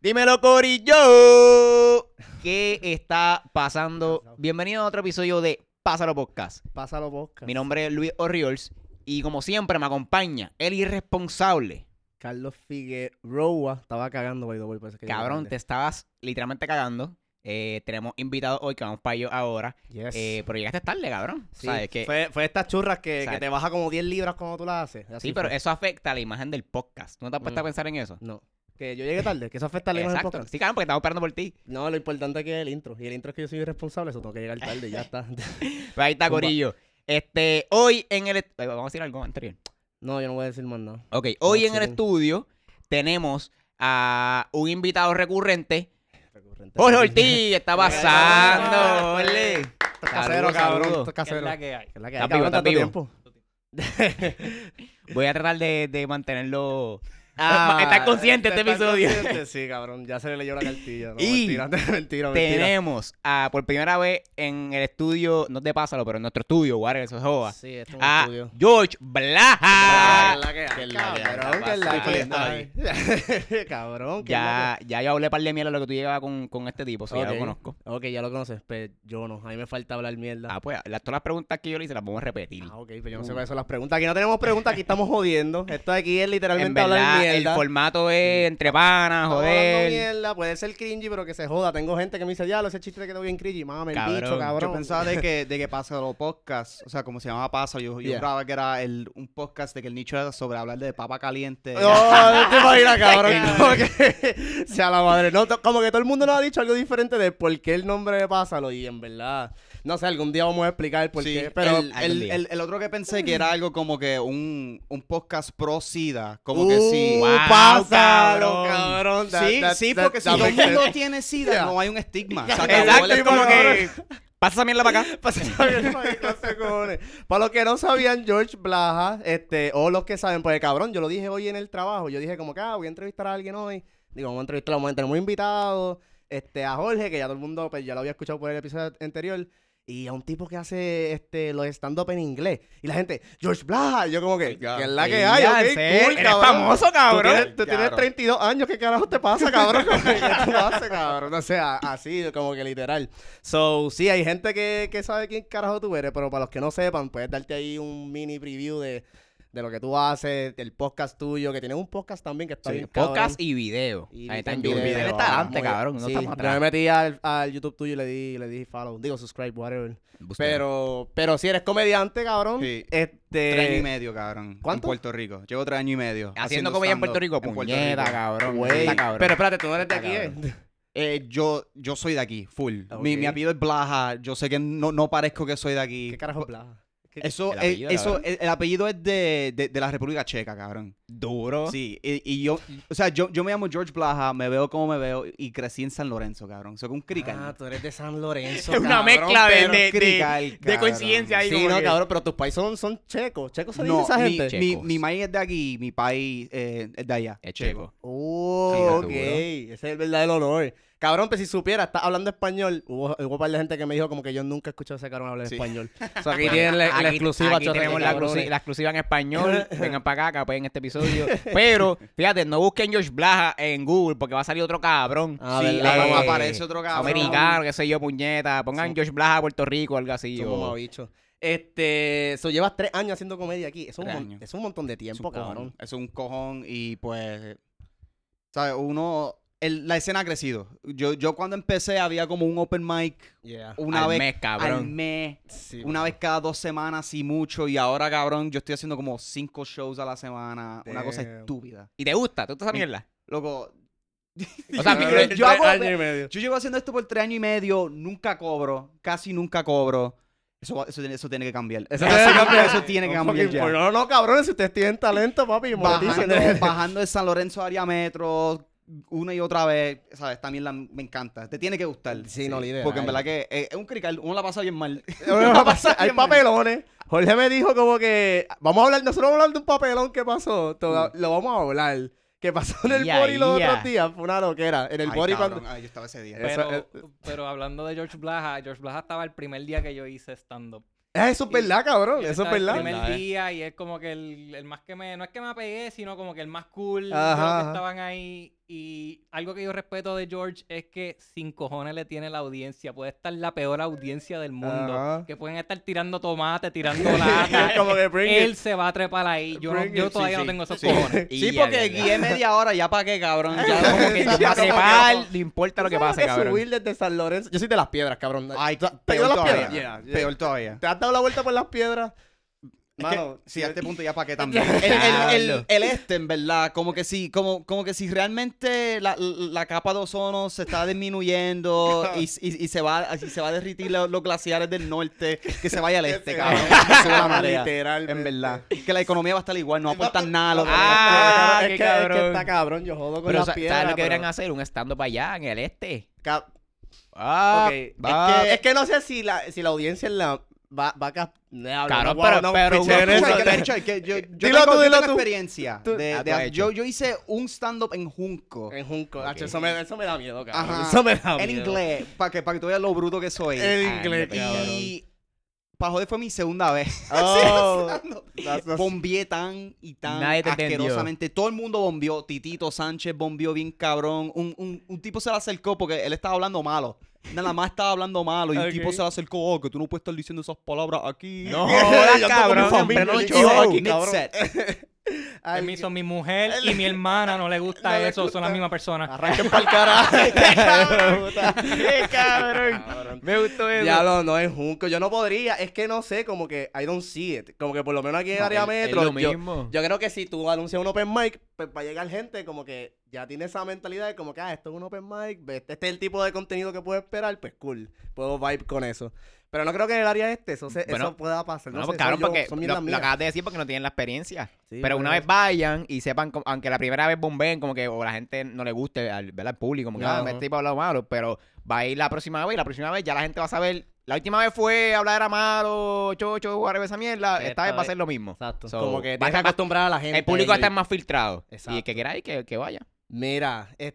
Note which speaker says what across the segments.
Speaker 1: Dímelo, Corillo. ¿Qué está pasando? Bienvenido a otro episodio de Pásalo Podcast.
Speaker 2: Pásalo podcast.
Speaker 1: Mi nombre es Luis Oriols y como siempre me acompaña el irresponsable.
Speaker 2: Carlos Figueroa. Estaba cagando, by the way, por eso es que llegué
Speaker 1: Cabrón, te
Speaker 2: tarde.
Speaker 1: estabas literalmente cagando. Eh, tenemos invitados hoy que vamos para ellos ahora.
Speaker 2: Yes.
Speaker 1: Eh, pero llegaste tarde, cabrón.
Speaker 2: Pues Sí,
Speaker 1: ¿Sabes qué?
Speaker 2: fue, fue estas churras que,
Speaker 1: Exacto.
Speaker 2: que te baja como 10 libras cuando tú las haces. así
Speaker 1: Sí, pero
Speaker 2: fue.
Speaker 1: eso afecta a la imagen del podcast. ¿Tú no te has puesto a
Speaker 2: Mm.
Speaker 1: pensar en eso?
Speaker 2: No. Que yo llegué tarde, que eso afecta a la imagen del
Speaker 1: Exacto.
Speaker 2: podcast.
Speaker 1: Sí, cabrón, porque estamos esperando por ti.
Speaker 2: No, lo importante aquí es el intro. Y el intro es que yo soy irresponsable, eso tengo que llegar tarde y ya está.
Speaker 1: Pues ahí está,
Speaker 2: Zumba.
Speaker 1: Corillo. Este, hoy en el... est- Vamos a decir algo anterior.
Speaker 2: no, yo no voy a decir más nada.
Speaker 1: Ok, hoy en el
Speaker 2: chilen.
Speaker 1: estudio tenemos a un invitado recurrente.
Speaker 2: Recurrente.
Speaker 1: Jorge Ortiz, está pasando.
Speaker 2: Hola.
Speaker 1: ole.
Speaker 2: Esto es casero,
Speaker 1: Saludos,
Speaker 2: cabrón.
Speaker 1: saludos.
Speaker 2: Esto es casero.
Speaker 3: ¿Qué es la que hay?
Speaker 2: ¿Qué es la que hay,
Speaker 1: Estás
Speaker 2: cabrón,
Speaker 1: vivo,
Speaker 2: tanto
Speaker 1: estás
Speaker 2: tiempo?
Speaker 1: Voy a tratar de, de mantenerlo.
Speaker 2: Ah,
Speaker 1: Estás consciente este
Speaker 2: ¿estás
Speaker 1: episodio.
Speaker 2: consciente? Sí, cabrón. Ya se le leyó la cartilla. No,
Speaker 1: Y
Speaker 2: mentira, mentira, mentira.
Speaker 1: Tenemos a, por primera vez en el estudio, no te pásalo, pero en nuestro estudio, Warren Sojoa,
Speaker 2: Sí, esto es un
Speaker 1: a
Speaker 2: estudio.
Speaker 1: George Blaha.
Speaker 2: Que es Ah, la que hay,
Speaker 1: Cabrón, que es la que hay.
Speaker 2: Ay. Cabrón, que
Speaker 1: Ya, ya yo hablé par de mierda de lo que tú llegabas con, con este tipo, si ya lo conozco.
Speaker 2: Ok, ya lo conoces, pero yo no. A mí me falta hablar mierda.
Speaker 1: Ah, pues las- todas las preguntas que yo le hice las vamos a repetir.
Speaker 2: Ah, ok, pero yo no sé
Speaker 1: Uh.
Speaker 2: cuáles son las preguntas. Aquí no tenemos preguntas, aquí estamos jodiendo. Esto de aquí es
Speaker 1: en
Speaker 2: literalmente hablar
Speaker 1: verdad, el
Speaker 2: mierda.
Speaker 1: formato es entre panas,
Speaker 2: Estamos
Speaker 1: joder.
Speaker 2: hablando mierda, puede ser cringy, pero que se joda. Tengo gente que me dice, ya, ese chiste te quedó bien cringy. Mame, el
Speaker 1: Cabrón.
Speaker 2: bicho, cabrón.
Speaker 3: Yo pensaba de que, de que Pásalo Podcast, o sea, como se llamaba Pásalo, yo, yo
Speaker 2: Yeah.
Speaker 3: juraba que era el, un podcast de que el nicho era sobre hablar de papa caliente.
Speaker 2: No, no te imaginas, cabrón. como que, sea la madre. No, to- como que todo el mundo nos ha dicho algo diferente de por qué el nombre de Pásalo. Y en verdad, no sé, algún día vamos a explicar por
Speaker 3: Sí,
Speaker 2: qué.
Speaker 3: eh, pero
Speaker 2: Pero
Speaker 3: el,
Speaker 1: algún
Speaker 3: el-
Speaker 1: día.
Speaker 3: el- el otro que pensé que era algo como que un, un podcast pro SIDA, como que sí.
Speaker 2: Uh,
Speaker 1: Wow,
Speaker 2: pásalo,
Speaker 1: cabrón.
Speaker 2: cabrón. That-
Speaker 3: sí,
Speaker 2: that-
Speaker 3: sí,
Speaker 2: that-
Speaker 3: porque
Speaker 2: that
Speaker 3: si todo el
Speaker 2: makes
Speaker 3: mundo
Speaker 2: sense.
Speaker 3: tiene SIDA,
Speaker 2: Yeah.
Speaker 3: no hay un estigma. Se acabó,
Speaker 1: Exacto,
Speaker 3: él
Speaker 1: y
Speaker 3: está
Speaker 1: como
Speaker 3: cabrón.
Speaker 1: que. Pasa esa mierda para acá.
Speaker 2: Está bien, para que no se cojones. Para los que no sabían, George Blaha, este, o los que saben, pues cabrón, yo lo dije hoy en el trabajo. Yo dije como que ah, voy a entrevistar a alguien hoy. Digo, vamos a entrevistar, vamos a tener un invitado, este, a Jorge, que ya todo el mundo pues, ya lo había escuchado por el episodio anterior. Y a un tipo que hace este, los stand-up en inglés. Y la gente, George Blaha. Y yo como que,
Speaker 3: Ya.
Speaker 2: que es la que
Speaker 1: Ya,
Speaker 2: hay, ok,
Speaker 1: en serio,
Speaker 2: cool,
Speaker 1: eres
Speaker 2: cabrón.
Speaker 1: famoso,
Speaker 2: Tú
Speaker 1: cabrón.
Speaker 2: tienes- Tú tienes,
Speaker 3: Claro.
Speaker 2: 32 años, ¿qué carajo te pasa, cabrón? ¿Qué te pasa, cabrón? O sea, así, como que literal. So, sí, hay gente que, que sabe quién carajo tú eres, pero para los que no sepan, puedes darte ahí un mini preview de, de lo que tú haces, del podcast tuyo, que tienes un podcast también que está bien cabrón.
Speaker 1: Podcast y video. Ahí está en
Speaker 2: también
Speaker 1: YouTube.
Speaker 2: video,
Speaker 1: Él está
Speaker 2: ah,
Speaker 1: adelante,
Speaker 2: muy bien.
Speaker 1: cabrón. No
Speaker 2: Sí,
Speaker 1: estamos
Speaker 2: Yo me
Speaker 1: atrás.
Speaker 2: metí al, al YouTube tuyo y le di, le di follow. Digo, subscribe, whatever. Pero, pero si eres comediante, cabrón,
Speaker 3: Sí.
Speaker 2: este...
Speaker 3: Tres años y medio, cabrón.
Speaker 2: ¿cuánto?
Speaker 3: En Puerto Rico. Llevo tres años y medio.
Speaker 1: Eh, Haciendo comedia en
Speaker 3: stand-up
Speaker 1: Puerto Rico,
Speaker 3: en Puerto
Speaker 1: puñeta,
Speaker 3: Rico.
Speaker 1: cabrón.
Speaker 2: Güey,
Speaker 1: Está cabrón.
Speaker 2: pero espérate, tú no eres de
Speaker 1: Está
Speaker 2: aquí, ¿eh?
Speaker 1: cabrón.
Speaker 3: Eh, yo, yo soy de aquí, full. Mi,
Speaker 2: Ok.
Speaker 3: mi apellido es Blaja. Yo sé que no, no parezco que soy de aquí.
Speaker 2: ¿Qué carajo es
Speaker 1: Pues,
Speaker 2: Blaha? ¿Qué-
Speaker 1: El
Speaker 3: Eso, el
Speaker 1: apellido,
Speaker 3: apellido, eso,
Speaker 1: cabrón.
Speaker 3: el, el apellido es de, de, de la República Checa, cabrón.
Speaker 1: duro.
Speaker 3: Sí, y, y yo, o sea, yo, yo me llamo George Blaha, me veo como me veo y crecí en San Lorenzo, cabrón. Soy un crical.
Speaker 2: Ah, tú eres de San Lorenzo.
Speaker 1: Es una
Speaker 2: cabrón,
Speaker 1: mezcla Ah, de-
Speaker 2: pero-
Speaker 1: de-
Speaker 3: crical, cabrón.
Speaker 1: coincidencia ahí,
Speaker 2: Sí,
Speaker 1: como
Speaker 2: no,
Speaker 1: que-
Speaker 2: cabrón, pero tus países son, son checos. ¿Checos se dice
Speaker 3: No,
Speaker 2: esa
Speaker 3: mi,
Speaker 2: gente?
Speaker 1: che-
Speaker 3: mi,
Speaker 1: Checos.
Speaker 3: mi maíz es de aquí, mi país eh, es de allá.
Speaker 1: Es checo. Sí,
Speaker 2: Oh,
Speaker 1: seguro.
Speaker 2: ok. Ese es el verdadero honor. Cabrón, pues si supiera, estás hablando español. Hubo, hubo un par de gente que me dijo como que yo nunca he escuchado a ese cabrón hablar
Speaker 3: Sí.
Speaker 2: español. O sea, aquí tienen la, la
Speaker 1: Aquí-
Speaker 2: exclusiva,
Speaker 1: aquí
Speaker 2: chorro,
Speaker 1: tenemos la,
Speaker 2: cabrones.
Speaker 1: exclusi- la exclusiva en español. Vengan para acá, capaz en este episodio. Pero, fíjate, no busquen George Blaha en Google porque va a salir otro cabrón.
Speaker 2: Ah,
Speaker 3: sí,
Speaker 2: verdad.
Speaker 3: ah,
Speaker 1: eh,
Speaker 3: aparece otro cabrón.
Speaker 1: Americano, qué sé yo, puñeta. Pongan
Speaker 2: Son-
Speaker 1: George Blaha Puerto Rico, algo así.
Speaker 2: Son
Speaker 1: o-
Speaker 2: mamabichos. Este, so, llevas tres años haciendo comedia aquí. Eso es
Speaker 3: Tres
Speaker 2: un, mon-
Speaker 3: años.
Speaker 2: es un montón de
Speaker 3: Es un
Speaker 2: tiempo,
Speaker 3: cojón,
Speaker 2: cabrón.
Speaker 3: Es un cojón y pues, ¿sabes? Uno, el- la escena ha crecido. Yo, yo cuando empecé había como un open mic
Speaker 2: Yeah.
Speaker 3: una
Speaker 1: Al
Speaker 3: vez
Speaker 1: mes,
Speaker 3: al
Speaker 1: cabrón.
Speaker 3: mes.
Speaker 2: Sí,
Speaker 3: Una vez cada dos semanas y mucho. Y ahora, cabrón, yo estoy haciendo como cinco shows a la semana. Una cosa
Speaker 2: Damn.
Speaker 3: estúpida.
Speaker 1: ¿Y te gusta? ¿Te gusta
Speaker 2: Mm.
Speaker 1: esa
Speaker 3: Me-
Speaker 1: mierda?
Speaker 3: Loco.
Speaker 1: O sea,
Speaker 3: yo,
Speaker 1: mi-
Speaker 3: yo hago-
Speaker 2: año y medio.
Speaker 3: yo llevo haciendo esto por tres años y medio. Nunca cobro. Casi nunca cobro. Eso, va- eso, tiene, eso tiene que cambiar. Eso, eso tiene que
Speaker 2: Un
Speaker 3: cambiar
Speaker 2: fucking-
Speaker 3: ya.
Speaker 2: pues No, no, cabrones, si ustedes tienen talento, papi,
Speaker 3: Bajando,
Speaker 2: monetícenlo.
Speaker 3: bajando de San Lorenzo a área metro una y otra vez, ¿sabes? También la- me encanta. Te tiene que gustar.
Speaker 2: Sí, no, liderazgo.
Speaker 3: Porque en verdad que eh, es un crical, uno la pasa bien mal.
Speaker 2: Hay papelones. Jorge me dijo como que vamos a hablar, nosotros vamos a hablar de un papelón que pasó,
Speaker 3: Mm.
Speaker 2: toda- lo vamos a hablar. Que pasó en el
Speaker 1: Ya,
Speaker 2: body los
Speaker 1: ya.
Speaker 2: otros días, fue una loquera. En el
Speaker 3: Ay,
Speaker 2: body
Speaker 3: cabrón,
Speaker 2: cuando...
Speaker 3: ay, yo estaba ese día.
Speaker 2: Eso
Speaker 4: Pero, pero hablando de George Blaha, George Blaha estaba el primer día que yo hice stand-up.
Speaker 2: Ah, Eso es verdad, cabrón,
Speaker 4: Él
Speaker 2: eso es
Speaker 4: estaba El
Speaker 2: verdad.
Speaker 4: primer
Speaker 1: Verdad, eh.
Speaker 4: día y es como que el, el más que me... No es que me apegué, sino como que el más cool de los
Speaker 2: Ajá,
Speaker 4: que
Speaker 2: ajá.
Speaker 4: estaban ahí. Y algo que yo respeto de George es que sin cojones le tiene la audiencia. Puede estar la peor audiencia del mundo.
Speaker 2: Ajá.
Speaker 4: Que pueden estar tirando tomate, tirando lata.
Speaker 2: como que bring it.
Speaker 4: Él se va a trepar ahí. Yo, no-
Speaker 2: Bring
Speaker 4: yo
Speaker 2: it, sí,
Speaker 4: todavía
Speaker 3: sí.
Speaker 4: no tengo esos
Speaker 3: Sí.
Speaker 4: cojones.
Speaker 1: Y
Speaker 3: Sí,
Speaker 1: ya,
Speaker 3: porque
Speaker 1: ya, ya.
Speaker 3: guié media hora ya para qué, cabrón. Ya como que
Speaker 1: Porque
Speaker 3: ya
Speaker 1: ya
Speaker 3: pasó.
Speaker 1: trepar, no importa lo que pase,
Speaker 2: Tengo
Speaker 1: cabrón.
Speaker 2: subir desde San Lorenzo. Yo soy de las piedras, cabrón.
Speaker 3: Ay,
Speaker 2: ¿Te-
Speaker 3: to-
Speaker 2: te dio
Speaker 3: peor
Speaker 2: las
Speaker 3: todavía.
Speaker 2: piedras? Yeah,
Speaker 3: Peor todavía.
Speaker 2: ¿Te has dado la vuelta por las piedras?
Speaker 3: Es
Speaker 2: Mano,
Speaker 3: que, sí, a este punto ya para qué también. El, el- el- el este, en verdad, como que si, como, como que si realmente la, la capa de ozono se está disminuyendo y, y- y se va así se va a derritir lo- los glaciares del norte, que se vaya al este, cabrón. Que suba la marea. En
Speaker 2: Literalmente.
Speaker 3: verdad. Que la economía va a estar igual, no aportan nada a los
Speaker 1: Ah, qué
Speaker 2: es que, es que
Speaker 1: cabrón.
Speaker 2: está cabrón, yo jodo con
Speaker 1: Pero,
Speaker 2: las
Speaker 1: sa-
Speaker 2: piedras.
Speaker 1: ¿sabes lo que
Speaker 2: pero-
Speaker 1: deberían hacer? Un stand-up allá, en el este.
Speaker 2: Ca-
Speaker 1: Ah,
Speaker 2: ok, es,
Speaker 1: va.
Speaker 2: que, es que no sé si la, si la audiencia en la va, va a... cap- No, no,
Speaker 1: Cabrón,
Speaker 2: no,
Speaker 1: pero-
Speaker 2: no,
Speaker 1: pero
Speaker 2: piché en
Speaker 1: uno- uno-
Speaker 2: eso.
Speaker 3: Hay que escuchar, que yo, yo
Speaker 2: Dilo
Speaker 3: tengo,
Speaker 2: tú,
Speaker 3: yo
Speaker 2: dilo
Speaker 3: tengo
Speaker 2: tú.
Speaker 3: experiencia.
Speaker 2: Tú-
Speaker 3: de-
Speaker 1: Ah, tú
Speaker 3: de-
Speaker 1: has hecho.
Speaker 3: yo, yo hice un stand-up en Junco.
Speaker 2: En Junco.
Speaker 1: Ok.
Speaker 2: Hacho, eso, me, eso me da miedo, cabrón.
Speaker 3: Ajá.
Speaker 2: Eso me da miedo.
Speaker 3: En inglés, para que, pa' que tú veas lo bruto que soy.
Speaker 2: En
Speaker 1: Ah,
Speaker 2: inglés,
Speaker 1: qué
Speaker 2: cabrón.
Speaker 3: y para joder fue mi segunda vez.
Speaker 2: Oh, that's- that's-
Speaker 3: Bombié tan y tan
Speaker 1: Nadie te entendió.
Speaker 3: asquerosamente. Todo el mundo bombió. Titito Sánchez bombió bien cabrón. Un, un- un tipo se le acercó porque él estaba hablando malo. Nada más estaba hablando malo. Y un
Speaker 4: Ok.
Speaker 3: tipo se le acercó. Oh, que tú no puedes estar diciendo esas palabras aquí.
Speaker 1: No
Speaker 2: Yo ando
Speaker 1: jodas,
Speaker 2: con mi
Speaker 1: cabrón.
Speaker 2: familia,
Speaker 1: hombre, no
Speaker 2: yo-
Speaker 1: llores.
Speaker 2: yo-
Speaker 3: Yo,
Speaker 2: aquí, cabrón.
Speaker 3: mid-set.
Speaker 1: Eh,
Speaker 2: Ay,
Speaker 4: Él me hizo mi mujer y mi hermana no le gusta
Speaker 2: No le
Speaker 4: eso. Son
Speaker 2: gusta. Ah,
Speaker 4: la misma persona.
Speaker 2: Arranquen para el carajo. Qué cabrón. Qué cabrón.
Speaker 1: Me gustó eso.
Speaker 2: Diablo, no es junco. Yo no podría. Es que no sé, como que I don't see it. Como que por lo menos aquí en el
Speaker 1: No,
Speaker 2: área
Speaker 1: es- es
Speaker 2: metro.
Speaker 1: lo
Speaker 2: yo,
Speaker 1: mismo.
Speaker 2: yo creo que si tú anuncias un open mic, pues va a llegar gente como que ya tiene esa mentalidad de como que, ah, esto es un open mic, ve, este, este es el tipo de contenido que puedo esperar, pues cool. Puedo vibe con eso. Pero no creo que en el área este eso, se-
Speaker 1: Bueno,
Speaker 2: eso pueda pasar. No,
Speaker 1: No,
Speaker 2: sé,
Speaker 1: pues,
Speaker 2: soy
Speaker 1: cabrón,
Speaker 2: yo,
Speaker 1: porque
Speaker 2: son
Speaker 1: lo,
Speaker 2: mierdas
Speaker 1: lo
Speaker 2: mías.
Speaker 1: acabas de decir porque no tienen la experiencia.
Speaker 2: Sí,
Speaker 1: pero una
Speaker 2: puede
Speaker 1: vez vayan y sepan, como- aunque la primera vez bombeen, como que o la gente no le guste al, ¿verdad? al público, como que
Speaker 2: Ajá.
Speaker 1: ah, este tipo ha hablado malo, pero va a ir la próxima vez y la próxima vez ya la gente va a saber. La última vez fue hablar era malo, chocho, whatever, esa mierda. Esta,
Speaker 4: Esta
Speaker 1: vez va a
Speaker 4: vez-
Speaker 1: ser lo mismo.
Speaker 2: Exacto.
Speaker 1: So,
Speaker 2: como que
Speaker 1: va a
Speaker 2: tienes que
Speaker 1: estar más-
Speaker 2: acostumbrar a la gente.
Speaker 1: el público va a
Speaker 2: ahí.
Speaker 1: estar más filtrado. Y
Speaker 2: Exacto.
Speaker 1: el que quiera ir, que, que vaya.
Speaker 2: Mira,
Speaker 3: pues,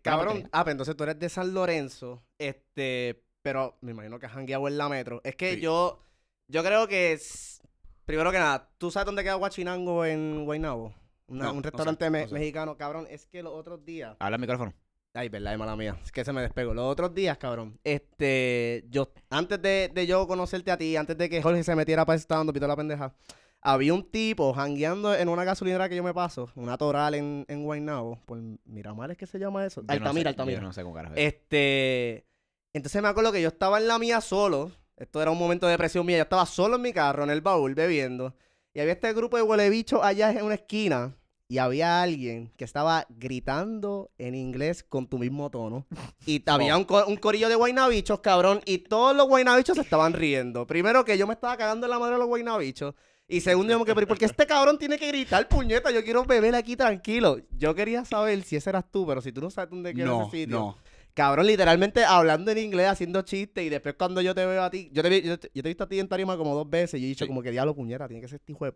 Speaker 1: Bueno,
Speaker 2: cabrón.
Speaker 1: porque-
Speaker 2: Ah, pero entonces tú eres de San Lorenzo. Este, pero me imagino que has jangueado en la metro. Es que
Speaker 3: Sí.
Speaker 2: yo, yo creo que, es- primero que nada, ¿tú sabes dónde queda Huachinango en Guaynabo? Una-
Speaker 3: No,
Speaker 2: un
Speaker 3: no sé,
Speaker 2: restaurante me-
Speaker 3: no sé.
Speaker 2: mexicano, cabrón. Es que los otros días.
Speaker 1: Habla al micrófono.
Speaker 2: Ay, verdad, es mala mía. Es que se me despegó. Los otros días, cabrón. Este, yo, antes de, de yo conocerte a ti, antes de que Jorge se metiera para stand up y toda la pendeja, había un tipo jangueando en una gasolinera que yo me paso, una toral en, en Guaynabo, por Miramar es que se llama eso.
Speaker 1: Yo no sé-
Speaker 2: Altamira, Altamira.
Speaker 1: Yo no sé cómo carajo. es.
Speaker 2: Este, entonces me acuerdo que yo estaba en la mía solo. Esto era un momento de depresión mía. Yo estaba solo en mi carro, en el baúl, bebiendo. Y había este grupo de huelebichos allá en una esquina. Y había alguien que estaba gritando en inglés con tu mismo tono. Y
Speaker 3: Oh.
Speaker 2: había un, co- un corillo de guaynabichos, cabrón. Y todos los guaynabichos se estaban riendo. Primero que yo me estaba cagando en la madre de los guaynabichos. Y segundo, yo como que, "Pero ¿y ¿por qué este cabrón tiene que gritar, puñeta? Yo quiero beber aquí tranquilo. Yo quería saber si ese eras tú, pero si tú no sabes dónde queda
Speaker 3: No,
Speaker 2: ese sitio.
Speaker 3: no.
Speaker 2: Cabrón, literalmente hablando en inglés, haciendo chistes, y después cuando yo te veo a ti, yo te, vi- yo te, yo te he visto a ti en tarima como dos veces, y yo he dicho
Speaker 3: Sí.
Speaker 2: como que diablo, puñera, tiene que ser este hijo de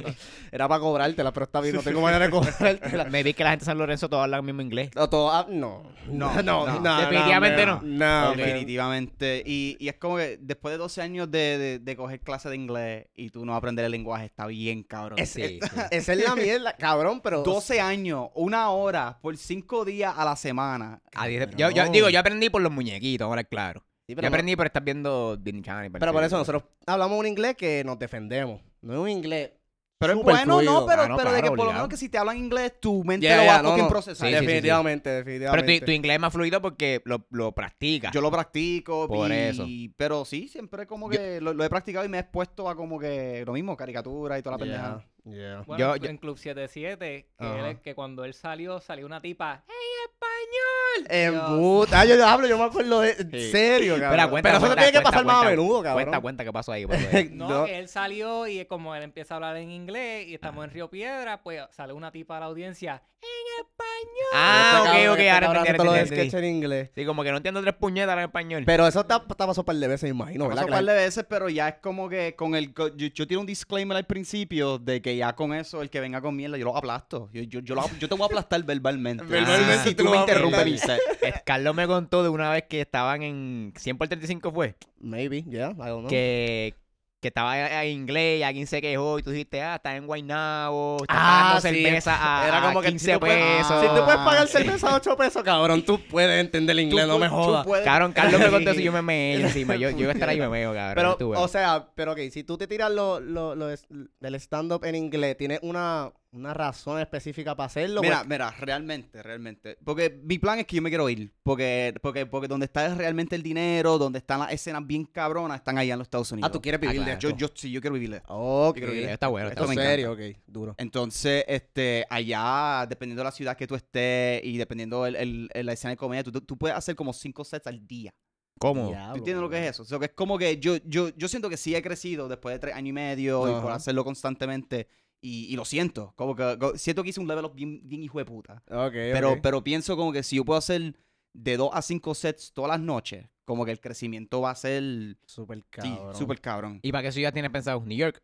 Speaker 2: puta, puñeta". Era para cobrártela, pero está bien, no tengo manera de cobrártela.
Speaker 1: Me vi que la gente de San Lorenzo todos hablan el mismo inglés.
Speaker 2: No, todo- ah, no, no, no, no, no,
Speaker 1: Definitivamente
Speaker 2: man.
Speaker 1: no.
Speaker 2: No, man.
Speaker 3: Definitivamente. Y, y es como que después de 12 años de, de- de coger clases de inglés y tú no aprender el lenguaje, está bien, cabrón.
Speaker 2: Es-
Speaker 1: Sí,
Speaker 2: es-
Speaker 1: sí.
Speaker 2: Esa es la mierda, cabrón, pero...
Speaker 3: 12 años, una hora, por 5 días a la semana.
Speaker 1: A diez-
Speaker 2: Cabrón.
Speaker 1: yo, yo digo, yo aprendí por los muñequitos, ahora claro.
Speaker 2: Sí,
Speaker 1: yo
Speaker 2: pero, no-
Speaker 1: aprendí por estar viendo Disney Channel.
Speaker 2: pero por eso nosotros hablamos un inglés que nos defendemos, no es un inglés...
Speaker 3: Pero es
Speaker 2: súper
Speaker 3: bueno,
Speaker 2: fluido.
Speaker 3: no, pero,
Speaker 1: Ah, no,
Speaker 3: pero de que
Speaker 1: claro,
Speaker 3: por lo
Speaker 1: obligado.
Speaker 3: menos que si te hablan inglés, tu mente
Speaker 2: Ya,
Speaker 3: lo
Speaker 2: ya,
Speaker 3: va a
Speaker 2: no,
Speaker 3: fucking
Speaker 2: no.
Speaker 3: procesar.
Speaker 1: Sí, sí, sí.
Speaker 2: definitivamente,
Speaker 1: Pero
Speaker 2: definitivamente.
Speaker 1: tu, tu inglés es más fluido porque lo, lo practicas.
Speaker 3: Yo lo practico.
Speaker 1: Por
Speaker 3: y-
Speaker 1: eso.
Speaker 3: Pero sí, siempre como que lo, lo he practicado y me he expuesto a como que lo mismo, caricatura y toda la pendejada.
Speaker 2: Yeah, yeah.
Speaker 4: Bueno,
Speaker 1: Yo- yo-
Speaker 4: en Club 77, que, él-
Speaker 2: Ajá.
Speaker 4: que cuando él salió, salió una tipa.
Speaker 2: Embut- Ah, yo hablo, yo me acuerdo de. En
Speaker 1: Sí.
Speaker 2: serio, cabrón.
Speaker 1: Espera, cuenta,
Speaker 2: Pero eso
Speaker 1: cuenta,
Speaker 2: tiene que
Speaker 1: cuenta,
Speaker 2: pasar más a
Speaker 1: cuenta,
Speaker 2: menudo, cabrón. Este
Speaker 1: Cuenta, cuenta qué pasó ahí. por favor.
Speaker 4: No,
Speaker 2: No.
Speaker 4: que él salió y como él empieza a hablar en inglés y estamos en Río Piedra, pues sale una tipa a la audiencia.
Speaker 1: ah, ok,
Speaker 2: Este cabrón,
Speaker 1: ok,
Speaker 2: este
Speaker 1: ahora
Speaker 2: cabrón
Speaker 1: entendí,
Speaker 2: hace todos
Speaker 1: ahora
Speaker 2: los
Speaker 1: entendí.
Speaker 2: sketches en inglés.
Speaker 1: Sí, como que no entiendo tres puñetas ahora en español.
Speaker 2: Pero eso está, está pasado un par de veces, me imagino,
Speaker 3: No,
Speaker 2: ¿verdad?
Speaker 3: un par de veces, pero ya es como que con el. co- Yo, yo tiro un disclaimer al principio de que ya con eso, el que venga con mierda, yo lo aplasto. Yo, yo, yo, lo- yo te voy a aplastar verbalmente. Ah,
Speaker 1: Verbalmente
Speaker 3: Si
Speaker 2: tú
Speaker 3: tú
Speaker 2: lo
Speaker 3: me
Speaker 2: vas a
Speaker 3: interrumpes
Speaker 2: aplastar.
Speaker 3: mi set.
Speaker 1: Es- Carlos me contó de una vez que estaban en 100 por 35 fue,
Speaker 2: Oh. Maybe, yeah, I don't know.
Speaker 1: que, que que estaba en- en inglés y alguien se quejó y tú dijiste, ah, está en Guaynabo, está
Speaker 2: Ah,
Speaker 1: pagando
Speaker 2: sí.
Speaker 1: cerveza a,
Speaker 2: Era como que
Speaker 1: 15
Speaker 2: si tú puedes-
Speaker 1: pesos. Ah,
Speaker 2: Si tú puedes pagar cerveza a 8 pesos, cabrón, tú puedes entender el inglés, no me jodas.
Speaker 1: Cabrón, Carlos me contó si yo me meé encima. Yo, yo iba a estar ahí y me meo, cabrón.
Speaker 2: Pero,
Speaker 1: tú ves.
Speaker 2: o sea, pero ok, si tú te tiras lo, lo- lo es- del stand-up en inglés, ¿tienes una, una razón específica para hacerlo?
Speaker 3: Mira,
Speaker 2: Pues,
Speaker 3: mira, realmente, realmente. Porque mi plan es que yo me quiero ir. Porque, porque, porque donde está realmente el dinero, donde están las escenas bien cabronas, están allá en los Estados Unidos.
Speaker 2: ah, tú quieres
Speaker 1: Ah,
Speaker 2: vivir de
Speaker 1: claro.
Speaker 2: esto.
Speaker 3: Yo, yo, sí, yo quiero vivir de esto.
Speaker 2: Ok.
Speaker 1: Sí, está bueno. Está
Speaker 2: Esto
Speaker 3: me
Speaker 2: es
Speaker 1: bueno.
Speaker 3: encanta.
Speaker 2: serio, ok, duro.
Speaker 3: Entonces, este, allá, dependiendo de la ciudad que tú estés y dependiendo el, el- el- la escena de comedia, tú, tú puedes hacer como cinco sets al día.
Speaker 1: ¿Cómo?
Speaker 2: Ah,
Speaker 3: ¿Tú entiendes lo que es eso? O sea, que es como que yo, yo, yo siento que sí he crecido después de tres años y medio y por
Speaker 2: Ajá.
Speaker 3: hacerlo constantemente. Y, y lo siento. Como que co- siento que hice un level up bien, bien hijo de puta.
Speaker 2: Ok,
Speaker 3: Pero,
Speaker 2: ok.
Speaker 3: pero pienso como que si yo puedo hacer de dos a cinco sets todas las noches, como que el crecimiento va a ser sí,
Speaker 2: Súper cabrón.
Speaker 3: súper cabrón.
Speaker 1: ¿Y para qué ciudad tienes pensado? ¿New York?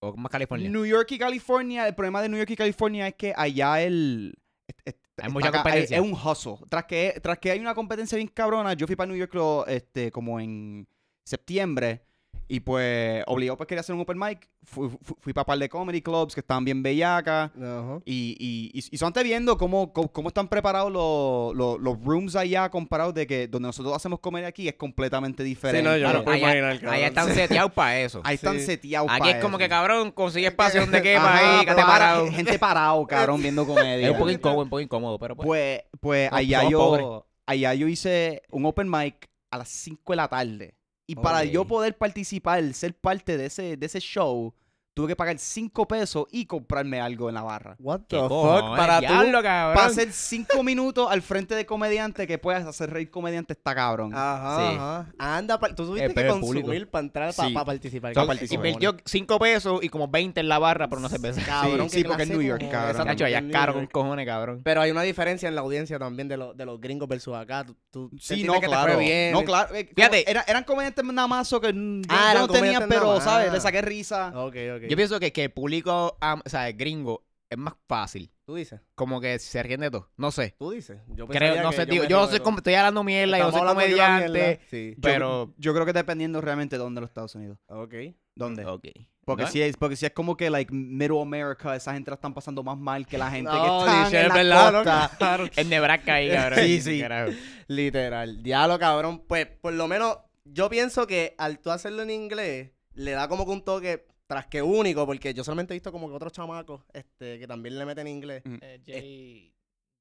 Speaker 1: ¿O más California?
Speaker 3: New York y California, el problema de New York y California es que allá el... est- est-
Speaker 1: Hay
Speaker 3: está
Speaker 1: mucha
Speaker 3: acá,
Speaker 1: competencia.
Speaker 3: es un hustle. Tras que, tras que hay una competencia bien cabrona, yo fui para New York lo, este, como en septiembre y pues obligado pues quería hacer un open mic. Fui, fui- fui para par de comedy clubs que estaban bien bellacas.
Speaker 2: Ajá.
Speaker 3: Y, y, y, y son antes viendo cómo, cómo, cómo están preparados los, los, los rooms allá comparados de que donde nosotros hacemos comer aquí es completamente diferente.
Speaker 2: no, yo
Speaker 3: Claro,
Speaker 2: no puedo
Speaker 1: allá,
Speaker 2: imaginar, cabrón.
Speaker 1: allá están seteados para eso.
Speaker 3: Ahí están
Speaker 2: Sí.
Speaker 3: seteados
Speaker 1: Aquí
Speaker 3: pa'
Speaker 1: es como
Speaker 3: eso.
Speaker 1: que, cabrón, consigue espacio donde quepa
Speaker 3: Ajá,
Speaker 1: ahí, que te
Speaker 3: pero para-
Speaker 1: parado.
Speaker 3: Gente parado, cabrón, viendo comedia.
Speaker 1: Es un poco incómodo, un poco incómodo, pero pues.
Speaker 3: Pues, pues
Speaker 1: Somos-
Speaker 3: allá,
Speaker 1: somos
Speaker 3: yo,
Speaker 1: pobres.
Speaker 3: allá yo hice un open mic a las 5 de la tarde. Y para
Speaker 1: Ok.
Speaker 3: yo poder participar, ser parte de ese, de ese show, tuve que pagar 5 pesos y comprarme algo en la barra.
Speaker 2: What the
Speaker 1: ¿Qué
Speaker 2: fuck?
Speaker 1: cojones,
Speaker 2: para tú.
Speaker 1: diablo, cabrón.
Speaker 3: Para hacer 5 minutos al frente de comediante que puedas hacer reír comediante está cabrón.
Speaker 2: Ajá,
Speaker 1: Sí.
Speaker 2: ajá. Anda, pa- tú tuviste
Speaker 1: Eh,
Speaker 2: que
Speaker 1: pero el público.
Speaker 2: consumir para entrar, para
Speaker 3: Sí.
Speaker 2: participar.
Speaker 1: Son-
Speaker 2: Para participar.
Speaker 1: Invirtió 5 pesos y como 20 en la barra por una cerveza.
Speaker 2: Cabrón,
Speaker 3: Sí, sí,
Speaker 2: qué
Speaker 3: porque es
Speaker 2: clase
Speaker 3: New York,
Speaker 2: como-
Speaker 3: cabrón.
Speaker 2: Exacto,
Speaker 1: Nacho, allá es
Speaker 2: New
Speaker 1: caro con
Speaker 2: York.
Speaker 1: cojones, cabrón.
Speaker 2: Pero hay una diferencia en la audiencia también de, los de los gringos versus acá. Tú, tú
Speaker 3: Sí,
Speaker 2: sentiste
Speaker 3: no,
Speaker 2: que te
Speaker 3: claro.
Speaker 2: fue bien.
Speaker 3: No, claro. eh, como-
Speaker 1: Fíjate.
Speaker 3: era- eran comediantes nada más o que mm, yo-
Speaker 2: Ah,
Speaker 3: yo
Speaker 2: eran
Speaker 3: no tenía,
Speaker 2: comediantes nada
Speaker 3: pero,
Speaker 2: más. Ah.
Speaker 3: ¿sabes? Le saqué risa.
Speaker 2: Ok, ok.
Speaker 1: Yo pienso que, que el público, am- o sea, el gringo, es más fácil.
Speaker 2: Tú dices,
Speaker 1: Como que se ríen de todo. No sé.
Speaker 2: tú dices. Yo
Speaker 1: Creo,
Speaker 2: pensaría
Speaker 1: no
Speaker 2: que
Speaker 1: sé, tío.
Speaker 2: me
Speaker 1: Pues Yo
Speaker 2: río
Speaker 1: soy
Speaker 2: de
Speaker 1: com- estoy hablando
Speaker 2: todo.
Speaker 1: mierda, yo
Speaker 2: Estamos
Speaker 1: soy
Speaker 2: hablando de una
Speaker 1: comediante.
Speaker 2: mierda. Sí.
Speaker 1: Yo- Pero-
Speaker 3: Yo, creo que dependiendo realmente de dónde los Estados Unidos.
Speaker 2: Ok.
Speaker 3: ¿Dónde?
Speaker 1: Ok.
Speaker 3: Porque
Speaker 1: ¿No?
Speaker 3: si, es, porque si es como que, like, Middle America, esa gente la están pasando más mal que la gente
Speaker 2: No,
Speaker 3: que está
Speaker 2: dice,
Speaker 3: en
Speaker 2: es
Speaker 3: la
Speaker 2: verdad, ¿no?
Speaker 3: costa.
Speaker 2: Claro.
Speaker 1: En Nebraska ahí, cabrón.
Speaker 3: Sí, sí.
Speaker 1: Carajo.
Speaker 2: Literal. Diablo, cabrón. Pues, por lo menos, yo pienso que al tú hacerlo en inglés, le da como que un toque tras que único, porque yo solamente he visto como que otros chamacos este, que también le meten inglés.
Speaker 4: Eh, Jay.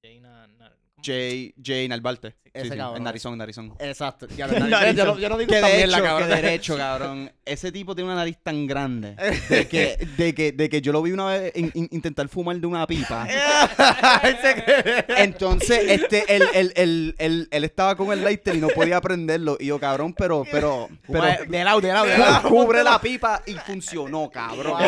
Speaker 4: Jay na- na- ¿cómo?
Speaker 3: Jay, Jay Narvalte.
Speaker 2: Ese cabrón.
Speaker 3: En Narizón, en Narizón.
Speaker 2: Exacto. Ya, lo- yo, no- yo no digo
Speaker 3: Que de
Speaker 2: también
Speaker 3: hecho,
Speaker 2: la
Speaker 3: que
Speaker 2: cabrón.
Speaker 3: derecho, cabrón. Ese tipo tiene una nariz tan grande de que, de que, de que yo lo vi una vez in- in- intentar fumar de una pipa. Entonces, este, él, él, él, él, él estaba con el lighter y no podía prenderlo. Y yo, cabrón, pero, pero, pero,
Speaker 1: Pero, de lado, de lado, de lado.
Speaker 3: cubre la pipa y funcionó, cabrón.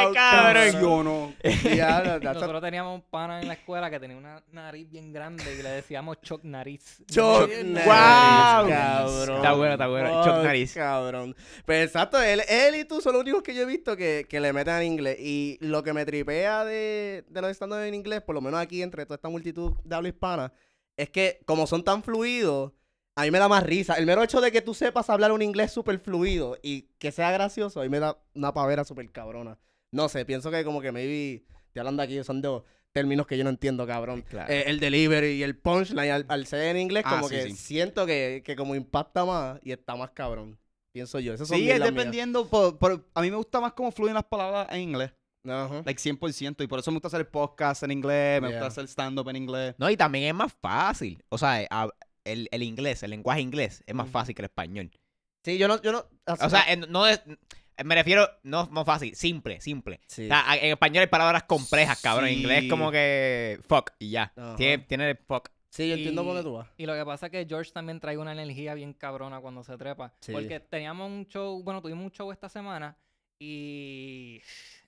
Speaker 2: Wow,
Speaker 1: Cabrón.
Speaker 3: Funcionó.
Speaker 2: Diablo, that's a-
Speaker 4: Nosotros teníamos un pana en la escuela que tenía una nariz bien grande y le decíamos Choc Nariz.
Speaker 2: Choc
Speaker 4: Nariz.
Speaker 2: Wow.
Speaker 1: Cabrón. Está bueno, está bueno.
Speaker 2: Oh,
Speaker 1: Choc nariz.
Speaker 2: Cabrón. Pues exacto, él, él y tú son los únicos que yo he visto que, que le meten en inglés. Y lo que me tripea de, de los estándares en inglés, por lo menos aquí entre toda esta multitud de habla hispana, es que como son tan fluidos, a mí me da más risa. El mero hecho de que tú sepas hablar un inglés súper fluido y que sea gracioso, a mí me da una pavera súper cabrona. No sé, pienso que como que maybe, estoy hablando aquí, son de términos que yo no entiendo, cabrón.
Speaker 1: Claro.
Speaker 2: Eh, el delivery y el punchline al, al ser en inglés,
Speaker 3: Ah,
Speaker 2: como
Speaker 3: sí,
Speaker 2: que
Speaker 3: sí.
Speaker 2: siento que, que como impacta más y está más cabrón. Pienso yo. Esas son
Speaker 3: Sí,
Speaker 2: mis-
Speaker 3: es
Speaker 2: las mías.
Speaker 3: dependiendo. por- por- a mí me gusta más cómo fluyen las palabras en inglés.
Speaker 2: Ajá.
Speaker 3: Like 100%. Y por eso me gusta hacer el podcast en inglés. Me
Speaker 2: Yeah.
Speaker 3: gusta hacer stand-up en inglés.
Speaker 1: No, y también es más fácil. O sea, eh, hab- el, el inglés, el lenguaje inglés es más
Speaker 2: Ujú.
Speaker 1: fácil que el español.
Speaker 2: Sí, yo no, yo no.
Speaker 1: O sea, eh, en- no es. eh, Me refiero, no, no fácil, simple, simple.
Speaker 2: sí.
Speaker 1: O sea, en español hay palabras complejas, cabrón. En inglés
Speaker 3: Sí.
Speaker 1: es como que fuck y ya.
Speaker 2: Ajá.
Speaker 1: Tiene, tiene el fuck.
Speaker 2: Sí, yo entiendo
Speaker 4: y-
Speaker 2: por dónde tú vas.
Speaker 4: Y lo que pasa es que George también trae una energía bien cabrona cuando se trepa.
Speaker 2: Sí.
Speaker 4: Porque teníamos un show, bueno, tuvimos un show esta semana y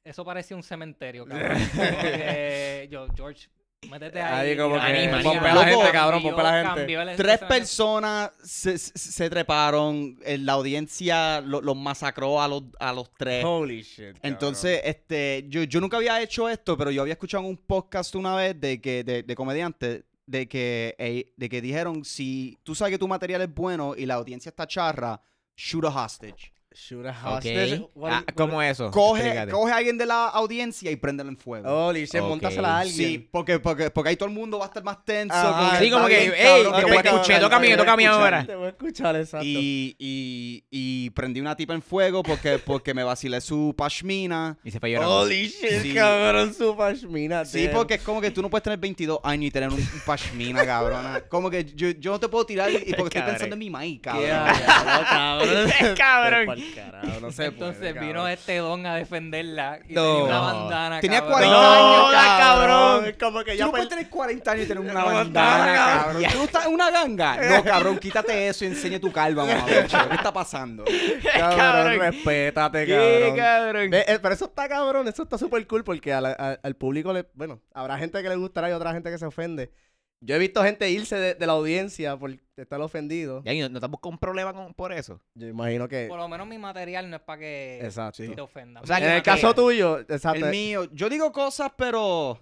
Speaker 4: eso parecía un cementerio, cabrón. Porque yo, George, métete ahí.
Speaker 2: Ahí como
Speaker 4: mira,
Speaker 2: que
Speaker 4: anima,
Speaker 2: pompea
Speaker 4: anima.
Speaker 3: la gente,
Speaker 4: Loco,
Speaker 2: cabrón,
Speaker 4: y yo
Speaker 2: pompea la gente.
Speaker 4: cambié el-
Speaker 3: Tres
Speaker 4: ese-
Speaker 3: personas se, se- se treparon. eh, La audiencia lo- los masacró a los, a los
Speaker 1: eh,
Speaker 3: tres.
Speaker 2: Holy shit.
Speaker 3: Entonces, este, yo, yo nunca había hecho esto, pero yo había escuchado en un podcast una vez de que, de, de comediantes, de que, eh, de que dijeron, si tú sabes que tu material es bueno y la audiencia está charra, shoot a hostage.
Speaker 2: Shoot a
Speaker 1: Ok.
Speaker 2: hostage. What-
Speaker 1: Ah,
Speaker 2: what-
Speaker 1: ¿Cómo eso?
Speaker 3: Coge,
Speaker 1: Explícate.
Speaker 3: coge a alguien de la audiencia y préndelo en fuego.
Speaker 2: Oh, Lice,
Speaker 1: Ok.
Speaker 2: montasela a alguien.
Speaker 3: Sí, porque, porque, porque ahí todo el mundo va a estar más tenso.
Speaker 2: Ah,
Speaker 3: como
Speaker 1: sí, como
Speaker 3: está
Speaker 1: que,
Speaker 3: bien,
Speaker 1: "Ey,
Speaker 3: cabrón,
Speaker 1: te
Speaker 3: que
Speaker 1: voy a
Speaker 3: va a
Speaker 1: escuchar, toca a mí,
Speaker 3: te voy
Speaker 1: toca a mí
Speaker 3: escuchar".
Speaker 1: ahora.
Speaker 2: Te voy a escuchar, exacto.
Speaker 3: Y, y, y prendí una tipa en fuego porque, porque me vacilé su pashmina.
Speaker 1: Y se fue llorando.
Speaker 2: Holy shit,
Speaker 3: Sí.
Speaker 2: cabrón, su pashmina.
Speaker 3: Sí,
Speaker 2: damn.
Speaker 3: porque es como que tú no puedes tener 22 años y tener un, un pashmina, cabrona. Como que yo, yo no te puedo tirar y porque estoy
Speaker 1: Cabrón.
Speaker 3: pensando en mi maíz,
Speaker 2: Cabrón,
Speaker 3: cabrón.
Speaker 2: cabrón.
Speaker 1: Cabrón.
Speaker 2: Pa'l carajo, no se
Speaker 4: Entonces
Speaker 2: puede,
Speaker 4: vino
Speaker 2: cabrón.
Speaker 4: este don a defenderla y
Speaker 3: No.
Speaker 4: tenía una bandana.
Speaker 3: Tenía
Speaker 4: cabrón.
Speaker 3: 40
Speaker 2: No,
Speaker 3: años,
Speaker 2: da,
Speaker 3: cabrón.
Speaker 2: cabrón. Como que
Speaker 3: Tú
Speaker 2: ya
Speaker 3: no
Speaker 2: per-
Speaker 3: puedes tener 40 años y tener una
Speaker 2: No,
Speaker 3: bandana,
Speaker 2: no, no.
Speaker 3: cabrón. ¿Tú estás en una ganga? No, cabrón, quítate eso y enseña tu calva, mamá. bicho. ¿Qué está pasando?
Speaker 2: Cabrón,
Speaker 1: Cabrón.
Speaker 2: respétate,
Speaker 1: ¿Qué,
Speaker 2: cabrón.
Speaker 1: cabrón?
Speaker 2: Ve, eh, pero eso está cabrón, eso está súper cool porque a la- a- al público le. Bueno, habrá gente que le gustará y otra gente que se ofende. Yo he visto gente irse de, de la audiencia por estar ofendido.
Speaker 1: Ya, ¿y ¿no, no estamos con problema con, por eso?
Speaker 2: Yo imagino que.
Speaker 4: Por lo menos mi material no es para que
Speaker 2: Exacto.
Speaker 4: te ofendan.
Speaker 1: O sea,
Speaker 2: En
Speaker 1: que-
Speaker 2: el caso tuyo, exacto. eh,
Speaker 3: El mío. Yo digo cosas, pero.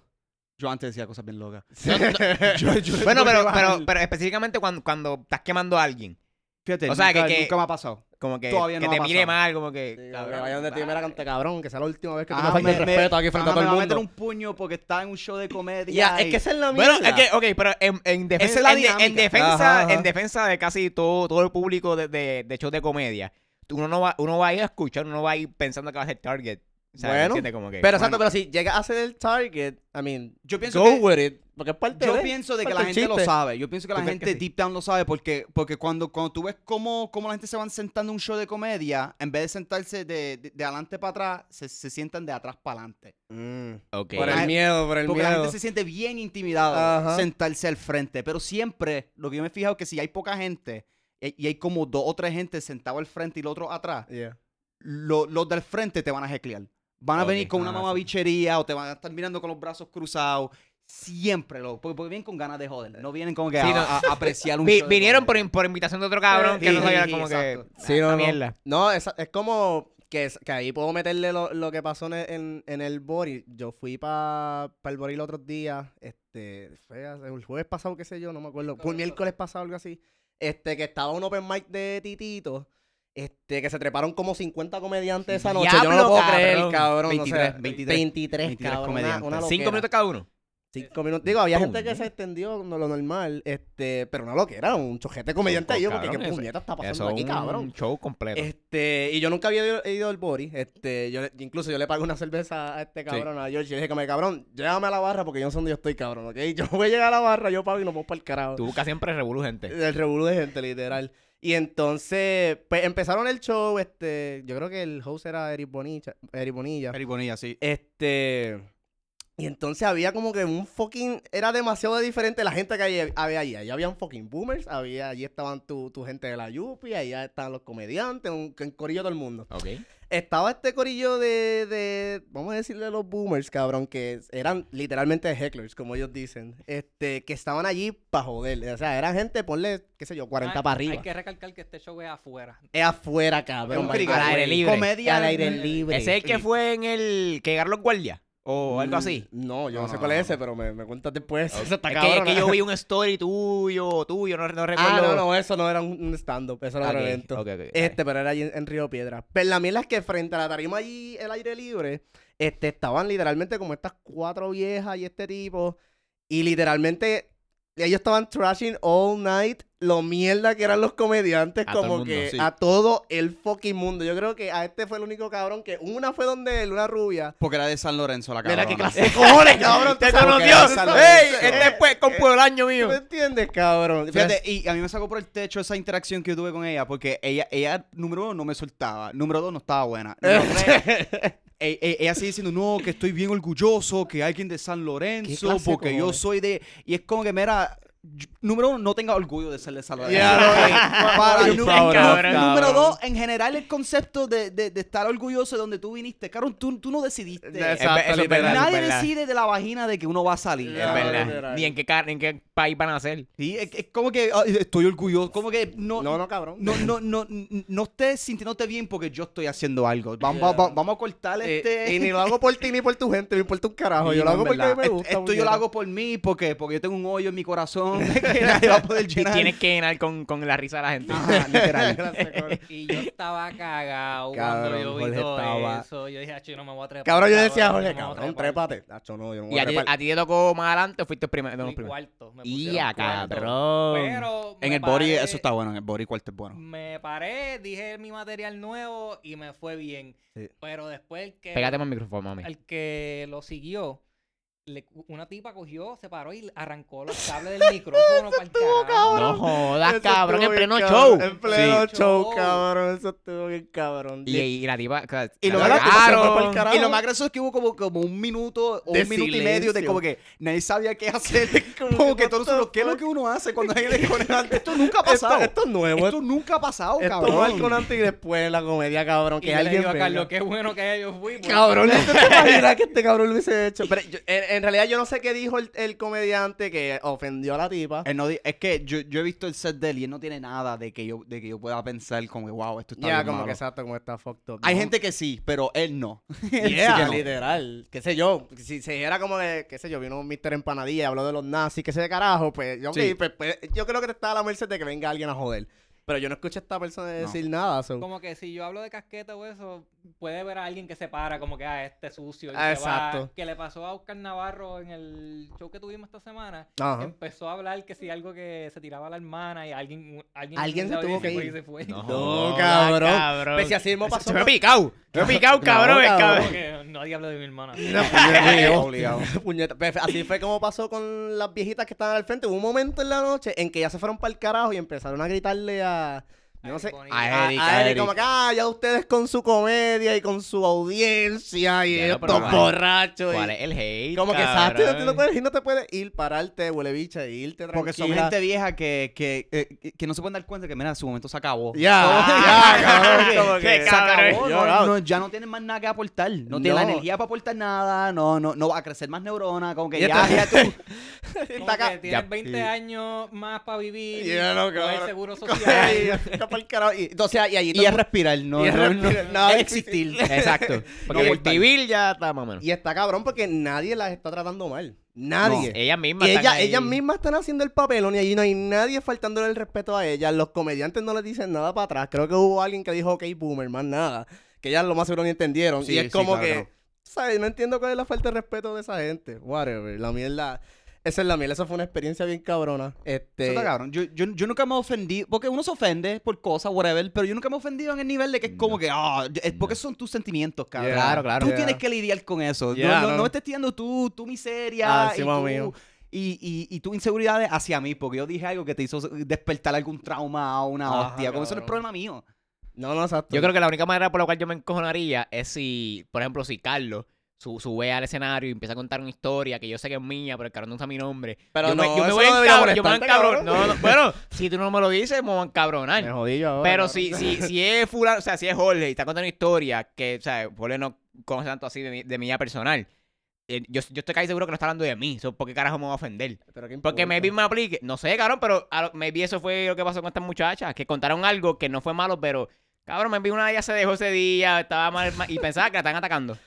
Speaker 3: Yo antes decía cosas bien locas.
Speaker 1: No, no-
Speaker 3: Yo- yo-
Speaker 1: bueno, pero,
Speaker 3: yo-
Speaker 1: pero, pero específicamente cuando, cuando estás quemando a alguien.
Speaker 3: Fíjate,
Speaker 1: o sea,
Speaker 3: nunca,
Speaker 1: que- que-
Speaker 3: nunca me ha pasado.
Speaker 1: Como que,
Speaker 3: Todavía no
Speaker 1: que
Speaker 3: ha
Speaker 1: te mire
Speaker 3: pasado.
Speaker 1: mal, como que...
Speaker 2: Sí,
Speaker 1: cabrón,
Speaker 2: que vaya donde te mira
Speaker 1: bájale.
Speaker 2: canta cabrón, que sea la última vez que tú
Speaker 3: Ah,
Speaker 2: me faltes el
Speaker 3: me- me-
Speaker 2: respeto aquí frente
Speaker 3: ah,
Speaker 2: a todo
Speaker 3: me
Speaker 2: el
Speaker 3: va a
Speaker 2: mundo.
Speaker 3: meter un puño porque está en un show de comedia.
Speaker 2: Ya,
Speaker 3: y-
Speaker 2: es que esa es la mierda.
Speaker 1: Bueno, es que, ok, pero en, en
Speaker 3: Esa
Speaker 1: defensa,
Speaker 3: es la
Speaker 1: en, de- en
Speaker 3: dinámica.
Speaker 1: defensa,
Speaker 2: Ajá, ajá.
Speaker 1: en defensa de casi todo, todo el público de, de, de shows de comedia, tú- uno no va, uno va a ir a escuchar, uno no va a ir pensando que va a ser target. O sea,
Speaker 2: Bueno,
Speaker 1: ¿entiendes? Como que,
Speaker 2: Pero exacto, pero si llegas a ser el target, I mean,
Speaker 3: Yo pienso
Speaker 2: go
Speaker 3: que-
Speaker 2: with it, porque es parte
Speaker 3: Yo
Speaker 2: de-
Speaker 3: pienso de que
Speaker 2: parte
Speaker 3: la
Speaker 2: del
Speaker 3: gente lo
Speaker 2: chiste.
Speaker 3: sabe. Yo pienso que la
Speaker 1: ¿Tú crees que
Speaker 3: gente
Speaker 1: sí?
Speaker 3: deep down lo sabe porque, porque cuando, cuando tú ves cómo, cómo la gente se van sentando en un show de comedia, en vez de sentarse de, de, de adelante para atrás, se, se sientan de atrás para adelante.
Speaker 2: Mm.
Speaker 1: Ok.
Speaker 2: Por
Speaker 3: Ah,
Speaker 2: el miedo, por el
Speaker 3: Porque la
Speaker 2: miedo.
Speaker 3: gente se siente bien intimidada
Speaker 2: Ajá.
Speaker 3: sentarse al frente. Pero siempre, lo que yo me he fijado es que si hay poca gente eh, y hay como dos o tres gente sentado al frente y los otros atrás,
Speaker 2: Yeah.
Speaker 3: lo- los del frente te van a jeclear. Van a
Speaker 1: Ok,
Speaker 3: venir con una
Speaker 1: ah, sí.
Speaker 3: mamabichería o te van a estar mirando con los brazos cruzados. Siempre, loco. Porque, porque vienen con ganas de joder. No vienen como que a,
Speaker 1: Sí, no.
Speaker 3: a- a apreciar un
Speaker 1: Vi-
Speaker 3: show de
Speaker 1: vinieron por,
Speaker 3: comedia.
Speaker 1: por invitación de otro cabrón que
Speaker 3: Sí,
Speaker 1: no sabía
Speaker 3: sí,
Speaker 1: como que...
Speaker 3: exacto.
Speaker 2: Sí, no,
Speaker 1: esta
Speaker 2: no.
Speaker 1: mierda.
Speaker 2: No, es, es como que, es- que ahí puedo meterle lo, lo que pasó en, el- en, en el Bori. Yo fui para el Bori los otros días, este, fue hace- el jueves pasado, qué sé yo, no me acuerdo, por
Speaker 4: Miércoles
Speaker 2: miércoles pasado, algo así, este, que estaba un open mic de Titito, este, que se treparon como 50 comediantes esa noche. yo no
Speaker 1: Diablo,
Speaker 2: lo puedo
Speaker 1: cabrón.
Speaker 2: creer, cabrón. o sea,
Speaker 3: 23, 23.
Speaker 2: 23,
Speaker 3: 23
Speaker 2: cabrón, una-
Speaker 3: comediantes.
Speaker 2: una
Speaker 1: Cinco
Speaker 2: loquera.
Speaker 1: minutos cada uno.
Speaker 2: Cinco minutos. Digo, había
Speaker 1: Pum.
Speaker 2: gente que se extendió con lo normal, este, pero no lo que era, un chojete comediante
Speaker 1: Oh,
Speaker 2: ahí, yo, porque qué
Speaker 1: cabrón, eso-
Speaker 2: puñeta está
Speaker 1: Eso
Speaker 2: pasando aquí,
Speaker 1: un
Speaker 2: cabrón.
Speaker 1: show completo.
Speaker 2: Este, y yo nunca había ido, ido al Bori, este, yo le- incluso yo le pago una cerveza a este cabrón, a George, y le dije, como, cabrón, llévame a la barra porque yo no sé dónde yo estoy, cabrón, ¿ok? Yo voy a llegar a la barra, yo pago y nos vamos para el carajo.
Speaker 1: Tú buscas siempre revolú
Speaker 3: Eh,
Speaker 1: gente.
Speaker 2: El revuelo de gente, literal. Y entonces, pues empezaron el show, este, yo creo que el host era Eric Bonilla, Eric Bonilla.
Speaker 3: Eric Bonilla, sí.
Speaker 2: Este. Y entonces había como que un fucking. Era demasiado diferente la gente que allí- había allí. Allí habían fucking boomers, había, allí estaban tu, tu gente de la Yupi, allá estaban los comediantes, un, un corillo todo el mundo.
Speaker 1: Ok.
Speaker 2: Estaba este corillo de, de. Vamos a decirle los boomers, cabrón, que eran literalmente hecklers, como ellos dicen. Este, que estaban allí para joder. O sea, eran gente, ponle, qué sé yo, 40
Speaker 4: Ah,
Speaker 2: para
Speaker 4: Hay
Speaker 2: arriba.
Speaker 4: que recalcar que este show es afuera.
Speaker 2: Es afuera, cabrón.
Speaker 3: Un
Speaker 2: by the
Speaker 3: crical,
Speaker 1: al aire
Speaker 2: way.
Speaker 1: libre.
Speaker 3: Comedia
Speaker 2: Al aire libre.
Speaker 1: Ese es el que fue en el... que llegaron los guardias. O algo así.
Speaker 2: Mm, No, yo
Speaker 3: No,
Speaker 2: no,
Speaker 3: no,
Speaker 2: sé cuál es
Speaker 3: no,
Speaker 2: ese, pero me, me cuentas después. Eso está
Speaker 1: Es que, es
Speaker 2: cabrón.
Speaker 1: que yo vi un story tuyo, o tuyo, no, no recuerdo.
Speaker 2: Ah, no, no, eso no era un un stand-up, eso era
Speaker 1: Ok,
Speaker 2: un evento.
Speaker 1: ok, ok, dale.
Speaker 2: Este, pero era allí en, en Río Piedra. Pero la mierda es que frente a la tarima allí, el aire libre, este, estaban literalmente como estas cuatro viejas y este tipo. Y literalmente ellos estaban trashing all night lo mierda que eran los comediantes,
Speaker 1: A todo el
Speaker 2: como
Speaker 1: mundo,
Speaker 2: que
Speaker 1: sí.
Speaker 2: a todo el fucking mundo. Yo creo que a este fue el único cabrón que una fue donde él, una rubia.
Speaker 3: Porque era de San Lorenzo la
Speaker 2: Mira
Speaker 3: cabrona.
Speaker 2: qué clase de cojones, cabrón.
Speaker 1: ¡Te
Speaker 2: tú sabes
Speaker 1: conoció!
Speaker 2: que era-
Speaker 1: ¡Ey!
Speaker 2: Sí.
Speaker 1: Este es pues, con pueblaño mío.
Speaker 2: ¿Tú me entiendes, cabrón?
Speaker 3: Fíjate, y a mí me sacó por el techo esa interacción que yo tuve con ella, porque ella, ella número uno, no me soltaba. Número dos, no estaba buena.
Speaker 1: Eh,
Speaker 3: Número tres, e- e- ella sigue diciendo, no, que estoy bien orgulloso, que alguien de San Lorenzo,
Speaker 2: clase de
Speaker 3: porque yo
Speaker 2: cojones?
Speaker 3: soy de... Y es como que, mira, yo- número uno, no tenga orgullo de ser de San Lorenzo.
Speaker 2: Ya, no,
Speaker 3: Ey, para,
Speaker 2: Ay,
Speaker 3: nú-
Speaker 2: cabrón,
Speaker 3: nú-
Speaker 1: cabrón.
Speaker 3: número dos, en general, el concepto de, de- de estar orgulloso de donde tú viniste. Cabrón, tú, tú no decidiste.
Speaker 2: Exacto,
Speaker 1: Eso es verdad, eso es
Speaker 3: Nadie
Speaker 1: verdad.
Speaker 3: decide de la vagina de que uno va a salir.
Speaker 1: Es verdad.
Speaker 2: Literal.
Speaker 1: Ni en qué, car- ni en qué país van a ser.
Speaker 3: Sí, es, es como que ah, estoy orgulloso, como que no,
Speaker 2: No, no, cabrón.
Speaker 3: no, no, no, n- no estés sintiéndote bien porque yo estoy haciendo algo. Vamos, vamos, vamos a cortar
Speaker 2: Eh,
Speaker 3: este.
Speaker 2: y ni lo hago por ti ni por tu gente, me importa un carajo.
Speaker 3: Sí,
Speaker 2: Ah, pues yo lo
Speaker 3: no,
Speaker 2: hago
Speaker 3: en
Speaker 2: porque
Speaker 3: verdad.
Speaker 2: me
Speaker 3: Est-
Speaker 2: gusta.
Speaker 3: Esto, yo lo
Speaker 2: puñeta.
Speaker 3: hago por mí porque, porque yo tengo un hoyo en mi corazón lleno que nadie va a poder
Speaker 1: Y
Speaker 3: llenar.
Speaker 1: tienes que llenar con, con la risa de la gente.
Speaker 3: Ajá, literal.
Speaker 4: Y yo estaba cagado cuando
Speaker 2: Cabrón,
Speaker 4: yo vi
Speaker 2: Jorge
Speaker 4: todo
Speaker 2: estaba-
Speaker 4: eso. Yo dije, "Acho, yo no me voy a trepar.
Speaker 2: Cabrón, yo decía,
Speaker 4: no
Speaker 2: Jorge,
Speaker 4: me voy a
Speaker 2: cabrón,
Speaker 4: trepar".
Speaker 2: trépate. Nacho, no, yo no me
Speaker 1: Y
Speaker 2: voy a
Speaker 1: a ti,
Speaker 2: trepar.
Speaker 1: a ti te tocó más adelante o fuiste el primero de los
Speaker 4: Fui
Speaker 1: primeros.
Speaker 4: cuarto. me
Speaker 1: Y
Speaker 4: pusieron
Speaker 1: a
Speaker 4: cuarto.
Speaker 1: cabrón.
Speaker 4: Pero
Speaker 3: En
Speaker 4: me
Speaker 3: el body,
Speaker 4: paré-
Speaker 3: eso está bueno. En el body cuarto es bueno.
Speaker 4: Me paré, dije mi material nuevo y me fue bien.
Speaker 2: Sí.
Speaker 4: Pero después el que,
Speaker 1: Pégate más el micrófono, mami.
Speaker 4: el que lo siguió, le- una tipa cogió, se paró y arrancó los cables del micrófono para el carajo.
Speaker 1: No jodas,
Speaker 2: Eso
Speaker 1: cabrón, en
Speaker 2: estuvo bien
Speaker 1: pleno
Speaker 2: cabrón,
Speaker 1: show.
Speaker 2: En pleno
Speaker 4: Sí.
Speaker 2: show,
Speaker 4: Show.
Speaker 2: cabrón. Eso estuvo bien cabrón.
Speaker 1: Y, y la tipa. claro,
Speaker 3: Y lo,
Speaker 1: la
Speaker 3: más
Speaker 2: Claro.
Speaker 3: gracioso-
Speaker 2: Se fue pa'l carajo.
Speaker 3: y lo más gracioso es que hubo como, como un minuto o
Speaker 2: De
Speaker 3: un minuto y medio de
Speaker 2: silencio.
Speaker 3: como que nadie sabía qué hacer. como que todo lo ¿qué es lo que uno hace cuando hay desconectante? Esto nunca
Speaker 2: Esto,
Speaker 3: ha pasado. Esto,
Speaker 2: esto es nuevo. Esto,
Speaker 3: nunca ha pasado,
Speaker 2: esto
Speaker 3: cabrón.
Speaker 2: fue el con antes y después en la comedia, cabrón.
Speaker 4: Y
Speaker 2: Que
Speaker 4: yo le
Speaker 2: alguien
Speaker 4: digo a
Speaker 2: venga.
Speaker 4: Carlos, qué bueno que yo fui. pues, porque-
Speaker 2: Cabrón, ¿tú te imaginas que este cabrón lo hubiese hecho? Pero yo- en, en realidad yo no sé qué dijo el, el comediante que ofendió a la tipa.
Speaker 3: Él no di- es que yo, yo he visto el set de él y él no tiene nada de que yo, de que yo pueda pensar como, que, wow, esto está
Speaker 2: Ya,
Speaker 3: bien
Speaker 2: como
Speaker 3: malo".
Speaker 2: que exacto, como está fucked up.
Speaker 3: Hay
Speaker 2: ¿no?
Speaker 3: gente que sí, pero él no. Él sí
Speaker 2: Yeah,
Speaker 3: que no.
Speaker 2: literal. Qué sé yo. Si se dijera como de, qué sé yo, vino un Mr. Empanadilla y habló de los nazis, qué sé de carajo, pues yo, ok,
Speaker 3: Sí.
Speaker 2: pues, pues, yo creo que te está a la merced de que venga alguien a joder. Pero yo no escuché a esta persona decir nada. so.
Speaker 4: Como que si yo hablo de casqueta o eso, puede ver a alguien que se para, como que, ah, este sucio. y
Speaker 2: Ah,
Speaker 4: se va.
Speaker 2: exacto.
Speaker 4: Que le pasó a Oscar Navarro en el show que tuvimos esta semana.
Speaker 2: Ajá.
Speaker 4: Empezó a hablar que si algo que se tiraba a la hermana y alguien. Alguien,
Speaker 2: Alguien se
Speaker 4: la
Speaker 2: tuvo
Speaker 4: audiencia
Speaker 2: que
Speaker 4: fue y
Speaker 2: ir.
Speaker 4: se
Speaker 1: No,
Speaker 4: fue.
Speaker 2: No,
Speaker 1: jodas,
Speaker 2: cabrón.
Speaker 1: cabrón.
Speaker 2: Pues si así mismo pasó
Speaker 1: Se me he
Speaker 2: con-
Speaker 1: picado. Me he picado, cabrón.
Speaker 2: No,
Speaker 1: el
Speaker 2: cabrón.
Speaker 1: cabrón.
Speaker 4: Como que nadie habló de mi hermana.
Speaker 2: Mira, puñeta,
Speaker 3: Sí,
Speaker 2: hostia,
Speaker 3: obligado.
Speaker 2: puñeta. Pues, Así fue como pasó con las viejitas que estaban al frente. Hubo un momento en la noche en que ya se fueron para el carajo y empezaron a gritarle a. Yo no sé.
Speaker 4: Bonito.
Speaker 1: a
Speaker 2: A,
Speaker 1: Eric,
Speaker 2: a
Speaker 1: a
Speaker 2: Eric,
Speaker 1: Eric.
Speaker 2: como que, ah, ya ustedes con su comedia y con su audiencia y
Speaker 1: Ya lo
Speaker 2: estos
Speaker 1: probaron.
Speaker 2: borrachos. y-
Speaker 1: ¿Cuál es el hate?
Speaker 2: Como que
Speaker 1: cabrón?
Speaker 2: exacto, no te puedes ir, no te puedes ir, pararte, huele bicha, e irte tranquila.
Speaker 3: Porque son gente vieja que, que, eh, que no se pueden dar cuenta que, mira, su momento se acabó.
Speaker 2: Ya, ya, cabrón, como
Speaker 1: Sí,
Speaker 2: que-
Speaker 3: Se acabó,
Speaker 2: Cabrón, eh.
Speaker 3: no-
Speaker 2: yo-
Speaker 3: no, ya no tienen más nada que aportar. No, tienen la
Speaker 2: No.
Speaker 3: energía para aportar nada, no, no, no va a crecer más neuronas, como que
Speaker 2: Y
Speaker 3: ya,
Speaker 2: esto-
Speaker 3: ya tú.
Speaker 4: Como
Speaker 2: Está acá.
Speaker 4: que tienes
Speaker 1: Ya,
Speaker 4: 20
Speaker 1: sí.
Speaker 4: años más para vivir.
Speaker 2: Ya, no,
Speaker 4: coger
Speaker 2: cabrón.
Speaker 4: seguro
Speaker 2: Ay,
Speaker 4: social.
Speaker 2: está pa'l carajo. Y, o sea, y allí todo
Speaker 3: Y
Speaker 2: el
Speaker 3: es respirar, no,
Speaker 2: Y es
Speaker 3: no, no,
Speaker 2: respirar,
Speaker 3: no,
Speaker 2: nada
Speaker 3: es
Speaker 2: difícil.
Speaker 3: existir.
Speaker 1: Exacto. Porque el
Speaker 3: mortal.
Speaker 1: vivir ya está más o menos.
Speaker 2: Y está cabrón porque nadie las está tratando mal. Nadie.
Speaker 1: Ellas mismas.
Speaker 2: Y
Speaker 1: están
Speaker 2: ella,
Speaker 1: ahí.
Speaker 2: ellas mismas están haciendo el papelón y allí no hay nadie faltándole el respeto a ellas. Los comediantes no les dicen nada para atrás. Creo que hubo alguien que dijo, ok, boomer, más nada. Que ellas lo más seguro ni entendieron.
Speaker 3: Sí,
Speaker 2: y es
Speaker 3: sí,
Speaker 2: como
Speaker 3: claro,
Speaker 2: que,
Speaker 3: claro.
Speaker 2: ¿sabes? No entiendo cuál es la falta de respeto de esa gente. Whatever. La mierda. Esa es la mierda. Esa fue una experiencia bien cabrona. Este.
Speaker 3: Eso está cabrón. Yo, yo, yo nunca me ofendí, porque uno se ofende por cosas, whatever, pero yo nunca me he ofendido en el nivel de que es como
Speaker 1: No.
Speaker 3: que, ah, es porque son tus sentimientos, cabrón.
Speaker 2: Yeah.
Speaker 1: Claro, claro.
Speaker 3: Tú
Speaker 2: Yeah.
Speaker 3: tienes que lidiar con eso.
Speaker 2: Yeah,
Speaker 3: no, no,
Speaker 2: no.
Speaker 3: no me estés tirando tú, tu miseria
Speaker 2: Ah, sí,
Speaker 3: y,
Speaker 2: más
Speaker 3: tú-
Speaker 2: mío.
Speaker 3: y, y, y tus inseguridades hacia mí, porque yo dije algo que te hizo despertar algún trauma o una
Speaker 2: Ajá,
Speaker 3: hostia. Como eso no es
Speaker 2: cabrón.
Speaker 3: problema mío.
Speaker 2: No, no, exacto.
Speaker 1: Yo creo que la única manera por la cual yo me encojonaría es si, por ejemplo, si Carlos su- sube al escenario y empieza a contar una historia que yo sé que es mía, pero el cabrón no usa mi nombre.
Speaker 2: Pero
Speaker 1: yo,
Speaker 2: no,
Speaker 1: me, yo me
Speaker 2: eso
Speaker 1: voy
Speaker 2: no
Speaker 1: a
Speaker 2: debería
Speaker 1: encabronar. Yo me voy a
Speaker 2: molestarte,
Speaker 1: encabronar.
Speaker 2: cabrón.
Speaker 1: No, no, bueno, si tú no me lo dices, me voy a encabronar.
Speaker 2: Me jodí yo ahora,
Speaker 1: Pero
Speaker 2: cabrón.
Speaker 1: si, si, si es fulano, o sea, si es Jorge y está contando una historia que, o sea, Jorge no conoce tanto así de mi, de mi vida personal, eh, yo, yo estoy casi seguro que no está hablando de mí. So, ¿Por qué carajo me va a ofender?
Speaker 2: Pero qué
Speaker 1: Porque
Speaker 2: importa.
Speaker 1: maybe me aplique. No sé, cabrón, pero a lo- maybe eso fue lo que pasó con estas muchachas, que contaron algo que no fue malo, pero, cabrón, maybe una de ellas se dejó ese día, estaba mal, mal- y pensaba que la están atacando.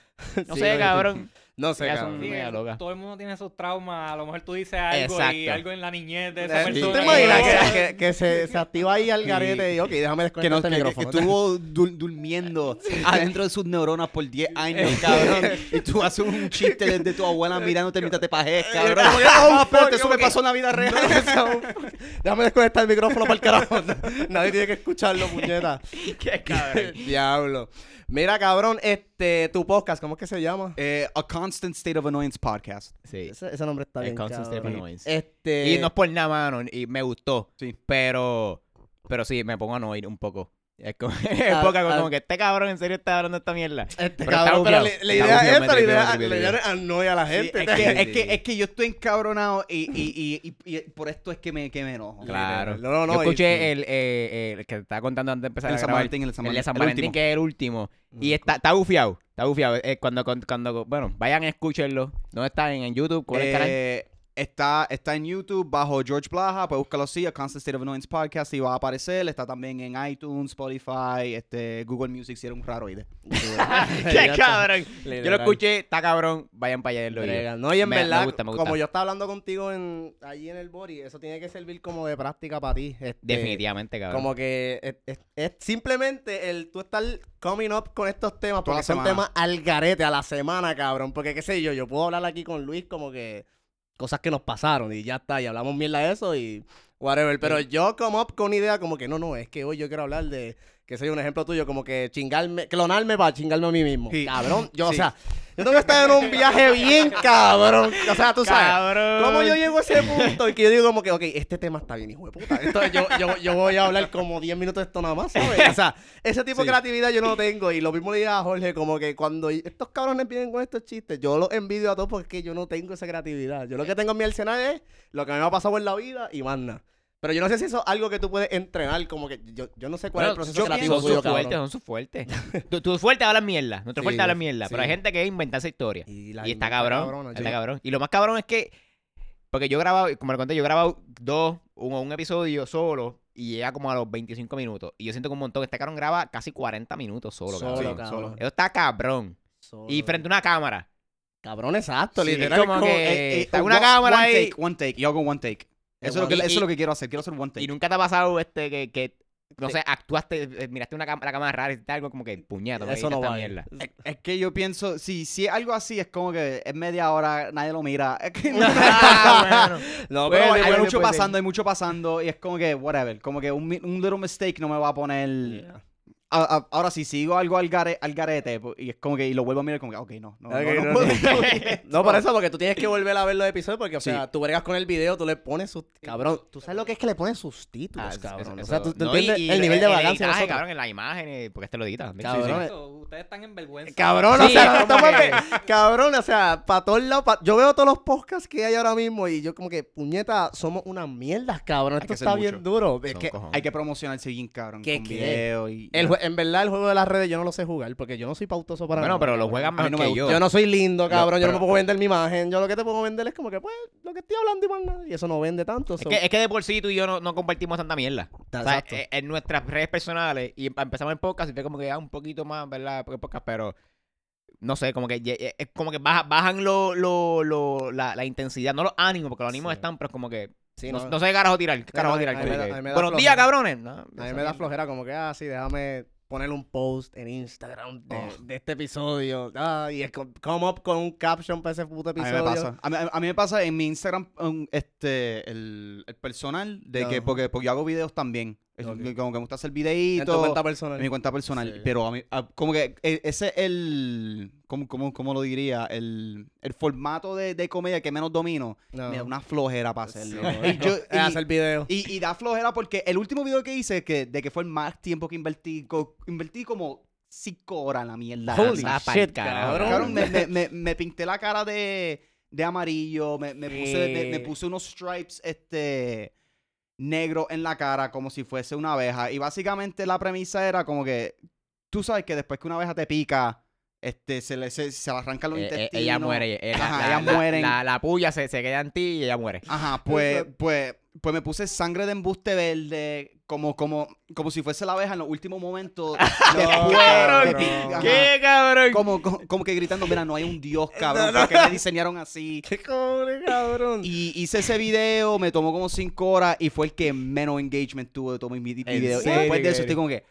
Speaker 1: No
Speaker 2: Sí,
Speaker 1: sé,
Speaker 2: no,
Speaker 1: cabrón.
Speaker 2: No sé,
Speaker 1: Ya son-
Speaker 2: cabrón.
Speaker 4: Sí,
Speaker 1: Mega loca.
Speaker 4: todo el mundo tiene sus traumas. A lo mejor tú dices algo y
Speaker 1: Exacto.
Speaker 4: algo en la niñez de esa
Speaker 2: Eh, ¿Tú
Speaker 4: persona.
Speaker 2: te imaginas que, que- que se, se activa ahí al garete y ok, déjame
Speaker 1: Pues
Speaker 3: Que, no,
Speaker 2: desconectar
Speaker 3: que-
Speaker 2: este
Speaker 3: que- que
Speaker 2: micrófono?
Speaker 3: estuvo dur- durmiendo adentro de sus neuronas por 10 años, cabrón. y tú haces un chiste de, de tu abuela mirándote mientras te pajes, cabrón.
Speaker 2: Como que,
Speaker 3: Ah,
Speaker 2: oh,
Speaker 3: espérate,
Speaker 2: fuck,
Speaker 3: eso
Speaker 2: como
Speaker 3: me
Speaker 2: que-
Speaker 3: pasó en la vida real.
Speaker 2: No, eso- Déjame desconectar el micrófono para el carajo. Nadie tiene que escucharlo, puñeta.
Speaker 1: Qué cabrón.
Speaker 2: Diablo. Mira, cabrón, este, tu podcast, ¿cómo es que se llama?
Speaker 3: Eh, a Constant State of Annoyance podcast.
Speaker 1: Sí.
Speaker 2: Ese, ese nombre está
Speaker 1: El
Speaker 2: bien,
Speaker 1: Constant Step
Speaker 2: cabrón.
Speaker 1: Annoyance.
Speaker 2: Este...
Speaker 1: Y no es por nada, mano, y me gustó.
Speaker 3: Sí.
Speaker 1: Pero, pero sí, me pongo a no ir un poco. Es como, es
Speaker 2: Ah,
Speaker 1: poca-
Speaker 2: ah.
Speaker 1: como que este cabrón en serio está hablando esta mierda.
Speaker 2: Este,
Speaker 1: pero
Speaker 2: cabrón,
Speaker 1: está
Speaker 2: pero
Speaker 1: bugueado.
Speaker 2: la, la
Speaker 1: Está
Speaker 2: idea es
Speaker 1: bugueado, me
Speaker 2: esta, la
Speaker 1: tripió, me
Speaker 2: idea,
Speaker 1: tripió,
Speaker 2: la
Speaker 1: me
Speaker 2: idea
Speaker 1: tripió.
Speaker 2: es annoy a la
Speaker 3: Sí,
Speaker 2: gente.
Speaker 3: es, que, es, que, es que yo estoy encabronado y, y, y, y- y por esto es que me, que me enojo.
Speaker 1: Claro.
Speaker 2: No, no, no,
Speaker 1: Yo escuché
Speaker 2: y-
Speaker 1: el, eh, el que te estaba contando antes de empezar
Speaker 3: El
Speaker 1: a
Speaker 3: San
Speaker 1: grabar.
Speaker 3: Valentín, el San
Speaker 1: de
Speaker 3: Valentín,
Speaker 1: San
Speaker 3: el
Speaker 1: Valentín,
Speaker 3: último.
Speaker 1: que es el último.
Speaker 2: Mm,
Speaker 1: Y está, está bufiado. Está bufiado. Eh, cuando, cuando, cuando- bueno, vayan, escúchenlo. ¿Dónde están? ¿En YouTube? ¿Cuál es el canal?
Speaker 3: Eh, Está, está en YouTube bajo George Blaha, pues búscalo así, A Constant State of Annoyance Podcast, y va a aparecer. Está también en iTunes, Spotify, este, Google Music, si era un raroide.
Speaker 1: ¡Qué
Speaker 2: Ya está.
Speaker 1: cabrón! Yo lo
Speaker 2: Literal.
Speaker 1: escuché, está cabrón. Vayan para allá y lo
Speaker 2: Brega. No, y en
Speaker 1: Me- me
Speaker 2: verdad,
Speaker 1: gusta, me gusta.
Speaker 2: como yo estaba hablando contigo en, allí en el Bori, eso tiene que servir como de práctica para ti. este,
Speaker 1: Definitivamente, cabrón.
Speaker 2: Como que es, es- es simplemente el tú estar coming up con estos temas,
Speaker 3: Toda
Speaker 2: porque
Speaker 3: la
Speaker 2: son
Speaker 3: semana.
Speaker 2: temas al garete, a la semana, cabrón. Porque qué sé yo, yo puedo hablar aquí con Luis como que cosas que nos pasaron y ya está, y hablamos mierda de eso y whatever. Pero yo come up con una idea como que no, no, es que hoy yo quiero hablar de, que soy un ejemplo tuyo, como que chingarme, clonarme para chingarme a mí mismo.
Speaker 3: Sí.
Speaker 2: Cabrón, yo, o
Speaker 3: Sí.
Speaker 2: sea, yo tengo que estar en un viaje bien cabrón. O sea, tú sabes.
Speaker 1: cabrón.
Speaker 2: ¿Cómo yo llego a ese punto? Y que yo digo como que, ok, este tema está bien, hijo de puta. Esto- yo, yo- yo voy a hablar como 10 minutos de esto nada más, ¿sabes? O sea, ese tipo
Speaker 3: Sí.
Speaker 2: de creatividad yo no lo tengo. Y lo mismo le dije a Jorge, como que cuando estos cabrones vienen con estos chistes, yo los envidio a todos porque yo no tengo esa creatividad. Yo lo que tengo en mi arsenal es lo que me ha pasado en la vida y más nada. Pero yo no sé si eso es algo que tú puedes entrenar, como que yo, yo no sé cuál
Speaker 1: Bueno,
Speaker 2: es el
Speaker 1: yo
Speaker 2: proceso creativo
Speaker 1: pienso- Son
Speaker 2: tuyo,
Speaker 1: sus fuertes,
Speaker 2: cabrón.
Speaker 1: son sus fuertes. tu, tu fuerte habla mierda, nuestro
Speaker 2: Sí,
Speaker 1: fuerte habla mierda. Pero hay
Speaker 2: sí.
Speaker 1: gente que inventa esa historia.
Speaker 2: Y, la
Speaker 1: este y está
Speaker 2: inventada
Speaker 1: cabrón.
Speaker 2: cabrona,
Speaker 1: está
Speaker 2: sí.
Speaker 1: cabrón. Y lo más cabrón es que. Porque yo grababa, como le conté, yo grababa dos, un, un episodio solo y llega como a los 25 minutos. Y yo siento que un montón. Este cabrón graba casi 40 minutos solo,
Speaker 2: Solo,
Speaker 1: cabrón.
Speaker 2: cabrón.
Speaker 3: solo.
Speaker 1: Eso está cabrón.
Speaker 2: Solo.
Speaker 1: Y frente a una cámara.
Speaker 2: Cabrón, exacto,
Speaker 1: Sí, es
Speaker 2: literal.
Speaker 1: como que-
Speaker 2: eh, eh,
Speaker 1: Está una cámara
Speaker 3: one
Speaker 1: ahí.
Speaker 3: Take, one take, yo hago one take.
Speaker 2: Eh,
Speaker 3: Eso, es lo
Speaker 2: one-
Speaker 3: que, eso
Speaker 1: y-
Speaker 3: es lo que quiero hacer, quiero hacer one take.
Speaker 1: Y nunca te ha pasado este que, que no sé, actuaste, eh, miraste una cámara, la cámara rara y hiciste algo como que puñeto.
Speaker 2: eso no va. a ir.
Speaker 3: Es, es que yo pienso, si, si es algo así, es como que es media hora, nadie lo mira. Es que no-
Speaker 2: Ah, No,
Speaker 3: Pero
Speaker 2: pero
Speaker 3: hay
Speaker 2: bueno,
Speaker 3: mucho
Speaker 2: puede ser.
Speaker 3: pasando, hay mucho pasando, y es como que, whatever, como que un, mi- un little mistake no me va a poner...
Speaker 2: Yeah.
Speaker 3: A- a- ahora, si sigo algo al, gare- al garete, pues, y es como que, y lo vuelvo a mirar, como que, ok, no, no, no,
Speaker 2: Ok,
Speaker 3: no
Speaker 2: pues, no,
Speaker 3: puedo.
Speaker 2: no. No, por eso, porque tú tienes que volver a ver los episodios, porque, o
Speaker 3: Sí.
Speaker 2: sea, tú bregas con el video, tú le pones sus... Cabrón, Eh, Ah, ¿tú sabes lo que es que le pones sus
Speaker 1: Ah,
Speaker 2: títulos, cabrón? o sea, tú, tú entiendes el nivel de vagancia de
Speaker 1: Editaje,
Speaker 2: nosotros.
Speaker 1: cabrón, en la imagen, eh, porque este lo edita. también.
Speaker 2: Cabrón,
Speaker 4: Por
Speaker 2: eh.
Speaker 4: eso, ustedes están en vergüenza.
Speaker 2: Cabrón, o
Speaker 1: Sí,
Speaker 2: sea,
Speaker 1: como
Speaker 2: estamos
Speaker 1: que-
Speaker 2: pe- cabrón, o sea, para todos lados, pa- yo veo todos los podcasts que hay ahora mismo y yo como que, puñeta, somos unas mierdas, cabrón,
Speaker 3: que
Speaker 2: esto
Speaker 3: hacer
Speaker 2: está bien
Speaker 3: mucho.
Speaker 2: duro. Es
Speaker 1: Son
Speaker 2: que
Speaker 1: cojones.
Speaker 3: Hay que promocionarse bien, cabrón,
Speaker 2: ¿Qué,
Speaker 3: con
Speaker 2: qué?
Speaker 3: video y...
Speaker 2: el jue- en verdad el juego de las redes yo no lo sé jugar, porque yo no soy pautoso para
Speaker 1: Bueno,
Speaker 2: nada,
Speaker 1: pero lo
Speaker 2: cabrón.
Speaker 1: juegan
Speaker 3: A mí
Speaker 1: más
Speaker 3: no me
Speaker 1: que
Speaker 3: gusta.
Speaker 1: yo.
Speaker 2: Yo no soy lindo, cabrón. yo no
Speaker 1: pero-
Speaker 2: me puedo vender mi imagen. Yo lo que te puedo vender es como que, pues, lo que estoy hablando y más nada. Y eso no vende tanto.
Speaker 1: Es
Speaker 2: so-
Speaker 1: que, es que de por sí tú y yo no, no compartimos tanta mierda.
Speaker 2: Ta-
Speaker 1: O sea,
Speaker 2: exacto.
Speaker 1: eh, en nuestras redes personales, y em- empezamos el podcast, y fue como que ya un poquito más, ¿verdad? Porque el podcast, pero no sé, como que ye- ye- es como que baja- bajan lo, lo, lo- la, la intensidad, no los ánimos, porque los ánimos
Speaker 2: Sí.
Speaker 1: están, pero es como que
Speaker 2: Sí,
Speaker 1: no,
Speaker 2: no-
Speaker 1: no sé qué carajo tirar, qué carajo
Speaker 2: no,
Speaker 1: tirar.
Speaker 2: a mí
Speaker 1: como
Speaker 2: me da-
Speaker 1: que,
Speaker 2: a mí me da
Speaker 1: Buenos días,
Speaker 2: flojera".
Speaker 1: cabrones. No,
Speaker 2: A mí
Speaker 1: esa
Speaker 2: me da
Speaker 1: mierda.
Speaker 2: flojera como que, ah, sí, déjame poner un post en Instagram de,
Speaker 3: Oh.
Speaker 2: de este episodio. Ah, y es co- come up con un caption para ese puto
Speaker 3: A mí
Speaker 2: episodio.
Speaker 3: me pasa. A mí, a mí me pasa en mi Instagram, um, este, el, el personal, de que
Speaker 2: Ajá.
Speaker 3: porque, porque yo hago videos también. Es
Speaker 2: Ok.
Speaker 3: Como que me gusta hacer
Speaker 2: En tu
Speaker 3: videitos.
Speaker 2: cuenta
Speaker 3: En
Speaker 2: personal.
Speaker 3: mi cuenta personal.
Speaker 2: Sí.
Speaker 3: Pero a mí, a- como que eh, ese es el. ¿Cómo, cómo, cómo lo diría? El, el formato de, de comedia que menos domino.
Speaker 2: No.
Speaker 3: Me da una flojera para
Speaker 2: Ah. Sí,
Speaker 3: hacerlo.
Speaker 2: no,
Speaker 3: y, yo-
Speaker 2: es
Speaker 3: y-
Speaker 2: hacer video.
Speaker 3: y- y da flojera porque el último video que hice, que, de que fue el más tiempo que invertí, co- invertí como cinco horas en la mierda.
Speaker 2: Holy
Speaker 3: esa.
Speaker 1: pa'l
Speaker 2: shit,
Speaker 1: carajo.
Speaker 2: cabrón.
Speaker 3: Cabrón, me, me, me, me pinté la cara de, de amarillo, me, me puse, me, me
Speaker 1: Sí.
Speaker 3: puse unos stripes este, negros en la cara como si fuese una abeja. Y básicamente la premisa era como que tú sabes que después que una abeja te pica, este, se le se, se le arrancan los
Speaker 1: Eh, eh,
Speaker 3: intestinos.
Speaker 1: ella muere. eh, la,
Speaker 3: Ajá,
Speaker 1: la-
Speaker 3: ellas
Speaker 1: la-
Speaker 3: mueren.
Speaker 1: La, la puya se, se queda en ti y ella muere.
Speaker 3: Ajá, pues, pues, pues me puse sangre de embuste verde, como, como, como si fuese la abeja en los últimos momentos. después
Speaker 1: cabrón!
Speaker 3: de pi- ajá.
Speaker 1: ¡Qué cabrón!
Speaker 3: Como, como, como que gritando, mira, no hay un dios, cabrón, porque me diseñaron así.
Speaker 2: Qué cobre, cabrón.
Speaker 3: Y hice ese video, me tomó como 5 horas y fue el que menos engagement tuvo de todo mi, mi
Speaker 1: ¿En
Speaker 3: video. Y
Speaker 1: serio,
Speaker 3: después de eso
Speaker 1: Gary?
Speaker 3: estoy como que.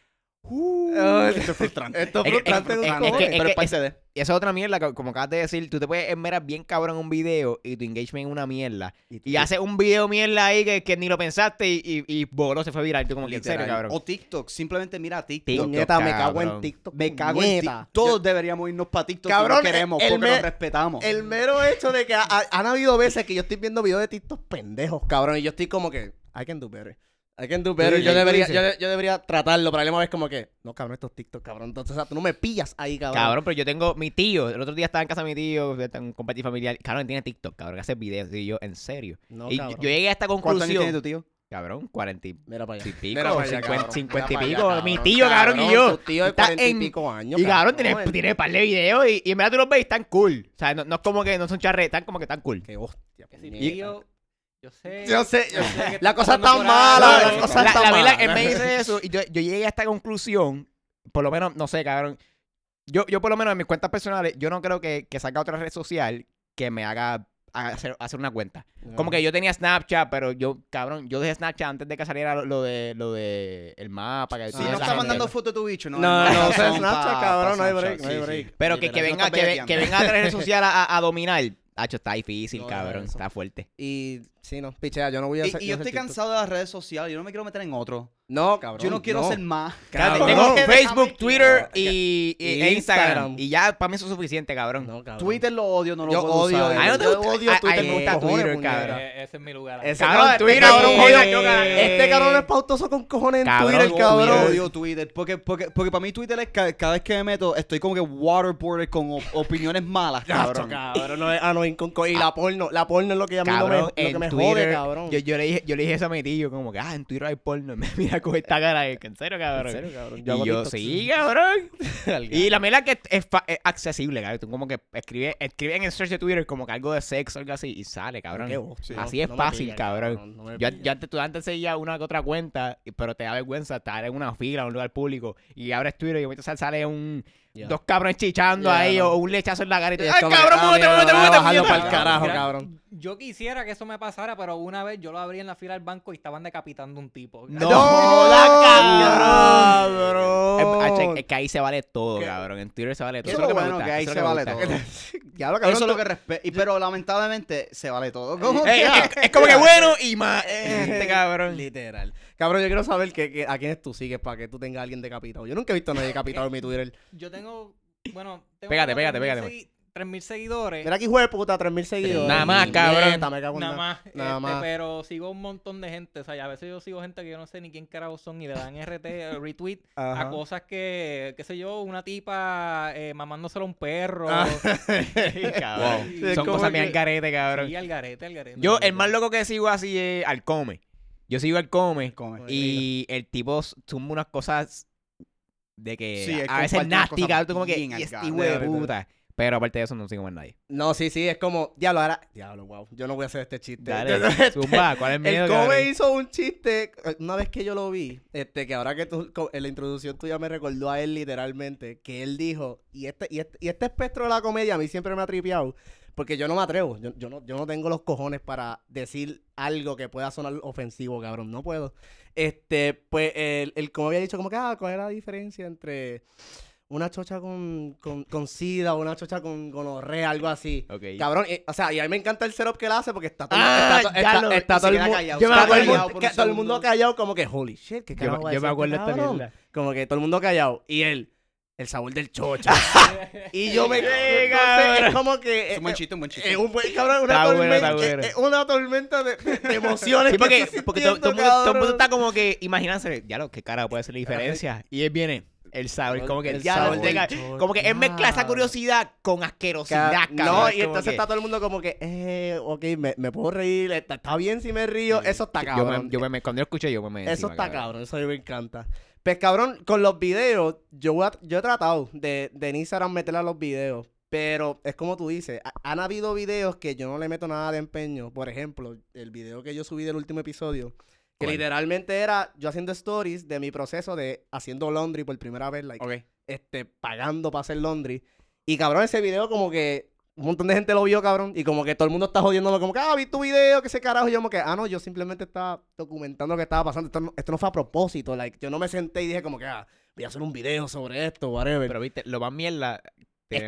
Speaker 3: uh,
Speaker 2: Ah,
Speaker 3: esto es frustrante.
Speaker 2: Esto es
Speaker 1: Es que-
Speaker 2: frustrante
Speaker 1: es-
Speaker 2: de
Speaker 1: es-
Speaker 2: un
Speaker 1: es que-
Speaker 2: cojones.
Speaker 3: Pero
Speaker 1: que-
Speaker 3: es parte de.
Speaker 1: Y esa es otra mierda, que, como acabas de decir, tú te puedes esmerar bien cabrón en un video y tu engagement es una mierda. Y haces un video mierda ahí que, que ni lo pensaste y, y, y voló, se fue viral. Tú como que, en serio,
Speaker 3: Literal.
Speaker 1: cabrón.
Speaker 3: O TikTok, simplemente mira TikTok.
Speaker 1: TikTok.
Speaker 2: Puñeta, me cago en
Speaker 1: cabrón.
Speaker 2: TikTok.
Speaker 3: Me cago en
Speaker 2: puñeta.
Speaker 3: TikTok. Todos deberíamos irnos para TikTok si
Speaker 2: Cabrón,
Speaker 3: no queremos
Speaker 2: el- el
Speaker 3: porque
Speaker 2: me-
Speaker 3: nos respetamos.
Speaker 2: El mero hecho de que ha- ha- han habido veces que yo estoy viendo videos de TikTok pendejos, cabrón, y yo estoy como que, I can do better. I can do better.
Speaker 3: Sí,
Speaker 2: yo,
Speaker 3: tú
Speaker 2: debería,
Speaker 3: dices.
Speaker 2: yo, de- yo debería tratarlo, pero además es como que, no, cabrón, estos TikTok, cabrón. Entonces, o sea, tú no me pillas ahí, cabrón.
Speaker 1: Cabrón, pero yo tengo mi tío. El otro día estaba en casa de mi tío, está en un compartir familiar. Cabrón, tiene TikTok, cabrón, que hace videos. Y yo, en serio.
Speaker 2: No,
Speaker 1: y yo-
Speaker 2: cabrón.
Speaker 1: yo llegué a esta
Speaker 3: ¿Cuántos años tiene
Speaker 1: conclusión.
Speaker 3: tu tío?
Speaker 1: Cabrón, cuarenta y
Speaker 2: Mira para allá.
Speaker 1: y pico,
Speaker 2: Mira para allá,
Speaker 1: cincuenta,
Speaker 2: cabrón.
Speaker 1: cincuenta y
Speaker 2: Mira para
Speaker 1: pico.
Speaker 2: allá,
Speaker 1: mi tío, cabrón, y yo.
Speaker 2: Tu tío de
Speaker 1: Está
Speaker 2: cuarenta y
Speaker 1: en-
Speaker 2: pico años.
Speaker 1: Y cabrón, tiene,
Speaker 2: el-
Speaker 1: tiene par de videos y, y en verdad tú los ves y están cool. O sea, no, no es como que no son charretas, están como que están cool.
Speaker 2: Qué hostia,
Speaker 4: Que si
Speaker 2: puñeta.
Speaker 4: tío, yo sé.
Speaker 2: Yo sé, yo
Speaker 3: Ah,
Speaker 4: yo sé que
Speaker 2: La
Speaker 4: estás
Speaker 2: cosa
Speaker 4: pasando
Speaker 2: está
Speaker 4: por Eh,
Speaker 2: mala,
Speaker 4: algo.
Speaker 2: la cosa está
Speaker 1: la verdad,
Speaker 2: mala.
Speaker 1: él me dice eso y yo, yo llegué a esta conclusión, por lo menos, no sé, cabrón. Yo, yo por lo menos en mis cuentas personales, yo no creo que, que saca otra red social que me haga hacer, hacer una cuenta. Como que yo tenía Snapchat, pero yo, cabrón, yo dejé Snapchat antes de que saliera lo, lo de lo de el mapa. Que
Speaker 3: Si
Speaker 1: toda
Speaker 3: no
Speaker 1: esa
Speaker 3: está
Speaker 1: gente.
Speaker 3: mandando foto de tu bicho, no.
Speaker 2: No, no,
Speaker 3: hay
Speaker 2: o sea,
Speaker 3: razón
Speaker 2: Snapchat,
Speaker 3: pa-
Speaker 2: cabrón,
Speaker 3: pa
Speaker 2: no hay break,
Speaker 3: Snapchat,
Speaker 2: no hay
Speaker 3: sí, sí.
Speaker 2: break.
Speaker 1: Pero que, que
Speaker 3: Literal,
Speaker 1: venga,
Speaker 3: no
Speaker 1: que,
Speaker 3: está
Speaker 1: ve- que
Speaker 3: bellaqueando.
Speaker 1: venga otra red social a, a- a dominar. Hacho, está difícil,
Speaker 2: No,
Speaker 1: cabrón.
Speaker 2: eso.
Speaker 1: Está fuerte.
Speaker 2: Y sí, no, pichea, yo no voy a hacer-
Speaker 3: Y, y yo
Speaker 2: soy
Speaker 3: estoy
Speaker 2: TikTok.
Speaker 3: cansado de las redes sociales. Yo no me quiero meter en otro.
Speaker 2: No, cabrón.
Speaker 3: yo no quiero ser más.
Speaker 2: Cabrón.
Speaker 1: Tengo
Speaker 2: que
Speaker 1: Facebook, Twitter
Speaker 2: Ya,
Speaker 1: y, y-
Speaker 2: Y
Speaker 1: e Instagram.
Speaker 2: Instagram.
Speaker 1: Y ya para mí eso es suficiente, cabrón.
Speaker 2: No, cabrón.
Speaker 3: Twitter lo odio, no lo
Speaker 2: Yo
Speaker 3: puedo
Speaker 2: odio
Speaker 3: usar.
Speaker 1: A mí no te
Speaker 2: Yo
Speaker 1: gusta-
Speaker 2: odio
Speaker 1: a- a mí
Speaker 2: Twitter,
Speaker 1: me gusta
Speaker 2: con cojones,
Speaker 1: Twitter,
Speaker 2: puñeta.
Speaker 1: cabrón.
Speaker 4: Eh, Ese es mi lugar.
Speaker 2: Ese
Speaker 1: Cabrón,
Speaker 2: cabrón,
Speaker 1: Twitter,
Speaker 2: este cabrón,
Speaker 1: eh,
Speaker 2: juega-
Speaker 1: eh,
Speaker 2: este cabrón es pautoso con cojones en
Speaker 1: Cabrón,
Speaker 2: Twitter,
Speaker 3: Yo
Speaker 2: cabrón.
Speaker 3: odio Twitter. Porque, porque, porque para mí Twitter es ca- cada vez que me meto, estoy como que waterboarded con op- opiniones malas,
Speaker 2: Cabrón,
Speaker 3: cabrón.
Speaker 2: cabrón, no es, ah, no, inconco- y la porno, la porno es lo que a mí no me,
Speaker 1: Cabrón,
Speaker 2: lo que
Speaker 1: en
Speaker 2: me
Speaker 1: Twitter,
Speaker 2: jode, cabrón.
Speaker 1: Yo, yo le dije, yo le dije eso a mi tío, como que, ah, en Twitter hay porno. Me mira con esta cara de, que, en serio, cabrón.
Speaker 2: en serio, cabrón.
Speaker 1: y
Speaker 2: hago
Speaker 1: yo,
Speaker 2: TikTok,
Speaker 1: sí, cabrón.
Speaker 2: Alga.
Speaker 1: Y la mela que es, fa- es accesible, cabrón. Tú como que escribe, escribe en el search de Twitter como que algo de sexo o algo así y sale, cabrón.
Speaker 2: Qué hostia.
Speaker 1: Así es
Speaker 2: No me
Speaker 1: fácil,
Speaker 2: pilla,
Speaker 1: cabrón.
Speaker 2: no me
Speaker 1: Yo,
Speaker 2: pilla.
Speaker 1: yo antes, tú antes seguías una que otra cuenta, y- pero te da vergüenza estar en una fila, en un lugar público, y abres Twitter y ahorita sal- sale un...
Speaker 2: Ya.
Speaker 1: Dos cabrones chichando
Speaker 2: Ya,
Speaker 1: ahí
Speaker 2: no.
Speaker 1: o un lechazo en la cara y tú,
Speaker 2: Y es
Speaker 1: ¡ay,
Speaker 2: como que,
Speaker 1: cabrón,
Speaker 2: ah,
Speaker 1: muévete,
Speaker 2: mierda,
Speaker 1: muévete,
Speaker 2: voy a
Speaker 1: muévete,
Speaker 2: bajarlo
Speaker 1: puñeta!
Speaker 2: pa'l carajo,
Speaker 4: Mira,
Speaker 2: cabrón.
Speaker 4: Yo quisiera que eso me pasara, pero una vez yo lo abrí en la fila del banco y estaban decapitando un tipo.
Speaker 1: ¡No
Speaker 2: ¡No,
Speaker 1: jodas, cabrón!
Speaker 2: cabrón!
Speaker 1: Es, ah, che, es que ahí se vale todo,
Speaker 2: ¿Qué?
Speaker 1: cabrón. En Twitter se vale todo.
Speaker 3: Eso
Speaker 1: es
Speaker 3: es lo
Speaker 1: me
Speaker 3: bueno,
Speaker 1: gusta,
Speaker 3: que ahí
Speaker 1: eso es
Speaker 3: se
Speaker 1: lo que
Speaker 3: vale
Speaker 1: me
Speaker 3: todo.
Speaker 1: gusta.
Speaker 2: Ya lo
Speaker 3: Eso es lo que respeto. Pero lamentablemente se vale todo. Como
Speaker 1: Ey, ah,
Speaker 3: que-
Speaker 1: es, es como que bueno y más. Este cabrón.
Speaker 2: Literal. Cabrón, yo quiero saber que, que- a quiénes tú sigues para que tú tengas a alguien decapitado. Yo nunca he visto a nadie decapitado en mi Twitter.
Speaker 4: Yo tengo, bueno... Tengo
Speaker 1: Pégate,
Speaker 4: como
Speaker 1: pégate,
Speaker 4: 3.000
Speaker 1: pégate,
Speaker 4: segui- 3.000 seguidores.
Speaker 2: Mira que hijo de puta, 3000 seguidores.
Speaker 1: Nada más,
Speaker 2: Puñeta,
Speaker 1: cabrón.
Speaker 2: me cago en
Speaker 4: Nada
Speaker 2: nada.
Speaker 4: más,
Speaker 2: nada
Speaker 4: este,
Speaker 2: más.
Speaker 4: pero sigo un montón de gente, o sea, y a veces yo sigo gente que yo no sé ni quién carajo son y le dan RT, eh, retweet
Speaker 2: Ajá.
Speaker 4: a cosas que, qué sé yo, una tipa eh, mamándoselo a un perro,
Speaker 2: Ah.
Speaker 1: Cabrón.
Speaker 4: Sí,
Speaker 2: es
Speaker 1: Son
Speaker 2: como
Speaker 1: cosas bien
Speaker 2: que-
Speaker 1: carete, cabrón.
Speaker 4: y al garete, al garete.
Speaker 1: Yo, el más loco que sigo así es al come. Yo sigo al come.
Speaker 3: Come.
Speaker 1: Y el tipo suma unas cosas de que
Speaker 3: Sí, él
Speaker 1: a
Speaker 3: comparte
Speaker 1: veces
Speaker 3: unas
Speaker 1: nasty,
Speaker 3: cosas
Speaker 1: cabrón. Tú como que,
Speaker 3: bien
Speaker 1: "Y
Speaker 3: al
Speaker 1: este
Speaker 3: garete".
Speaker 1: hijo de
Speaker 2: Literal.
Speaker 1: puta. Pero aparte de eso, no sigo más nadie.
Speaker 2: No, sí, sí, es como, diablo, ahora, diablo, wow, yo no voy a hacer este chiste.
Speaker 1: Dale, zumba, ¿cuál es el miedo,
Speaker 2: El
Speaker 1: cabrón?
Speaker 2: Kobe hizo un chiste eh, una vez que yo lo vi, este, que ahora que tú, co- en la introducción tuya me recordó a él literalmente, que él dijo, y este, y este, y este espectro de la comedia a mí siempre me ha tripeado, porque yo no me atrevo, yo, yo no, yo no tengo los cojones para decir algo que pueda sonar ofensivo, cabrón, no puedo. Este, pues, el, el Kobe había dicho como que, ah, ¿cuál es la diferencia entre una chocha con, con, con sida o una chocha con gonorrea, algo así?
Speaker 1: Ok.
Speaker 2: Cabrón, eh, o sea, y a mí me encanta el setup que él hace porque está todo,
Speaker 1: Ah,
Speaker 2: está, to-
Speaker 1: ya
Speaker 2: está-
Speaker 1: lo-
Speaker 2: está
Speaker 3: y se
Speaker 2: todo el
Speaker 3: queda
Speaker 2: mundo.
Speaker 3: callado,
Speaker 2: Yo
Speaker 1: se
Speaker 2: me
Speaker 1: queda
Speaker 2: acuerdo
Speaker 3: callado por
Speaker 2: que
Speaker 3: un
Speaker 2: todo el mundo
Speaker 3: segundo.
Speaker 2: callado como que, holy shit, qué
Speaker 1: Yo,
Speaker 2: carajo va a
Speaker 1: yo me
Speaker 2: decir
Speaker 1: acuerdo
Speaker 2: este
Speaker 1: esta
Speaker 2: cabrón?"
Speaker 1: mierda.
Speaker 2: Como que todo el mundo callado. Y él, el sabor del chocha. y yo me
Speaker 1: Sí,
Speaker 2: entonces,
Speaker 1: cabrón.
Speaker 2: es como que.
Speaker 3: Es
Speaker 2: eh,
Speaker 3: un buen
Speaker 2: eh,
Speaker 3: chiste, un buen chiste.
Speaker 2: es un buen cabrón, una
Speaker 1: Está bueno,
Speaker 2: tormenta,
Speaker 1: está bueno.
Speaker 2: eh, eh, una tormenta de, de- de emociones.
Speaker 1: Sí,
Speaker 2: que
Speaker 1: porque,
Speaker 2: estoy
Speaker 1: porque todo, todo
Speaker 2: sintiendo,
Speaker 1: el mundo- todo el mundo
Speaker 2: cabrón.
Speaker 1: está como que imaginándose, ya lo que cara puede ser la diferencia. Y él viene, el sabor, como que el,
Speaker 2: El
Speaker 1: diablo,
Speaker 2: sabor
Speaker 1: el de-
Speaker 2: del
Speaker 1: como que él mezcla esa curiosidad con asquerosidad,
Speaker 2: Ah. Ca-
Speaker 1: cabrón.
Speaker 2: ah, No,
Speaker 1: Es
Speaker 2: y
Speaker 1: como
Speaker 2: entonces
Speaker 1: que-
Speaker 2: está todo el mundo como que, eh, ok, me, me puedo reír, está, está bien si me río, eso está
Speaker 1: yo
Speaker 2: cabrón.
Speaker 1: me, yo me, cuando yo escuché, yo me me
Speaker 2: Eso
Speaker 1: encima,
Speaker 2: está cabrón, eso a mí me encanta. Pues cabrón, con los videos, yo, voy a- yo he tratado de, de en Instagram meterle a los videos, pero es como tú dices, ha- han habido videos que yo no le meto nada de empeño. Por ejemplo, el video que yo subí del último episodio, que
Speaker 1: ¿Cuál?
Speaker 2: literalmente era yo haciendo stories de mi proceso de haciendo laundry por primera vez, like,
Speaker 3: Ok.
Speaker 2: este, pagando para hacer laundry. Y cabrón, ese video como que un montón de gente lo vio, cabrón, y como que todo el mundo está jodiéndolo, como que, ah, vi tu video, que ese carajo, y yo como que, ah, no, yo simplemente estaba documentando lo que estaba pasando, esto no, esto no fue a propósito, like, yo no me senté y dije como que, ah, voy a hacer un video sobre esto, whatever.
Speaker 1: Pero viste, lo más mierda.
Speaker 2: es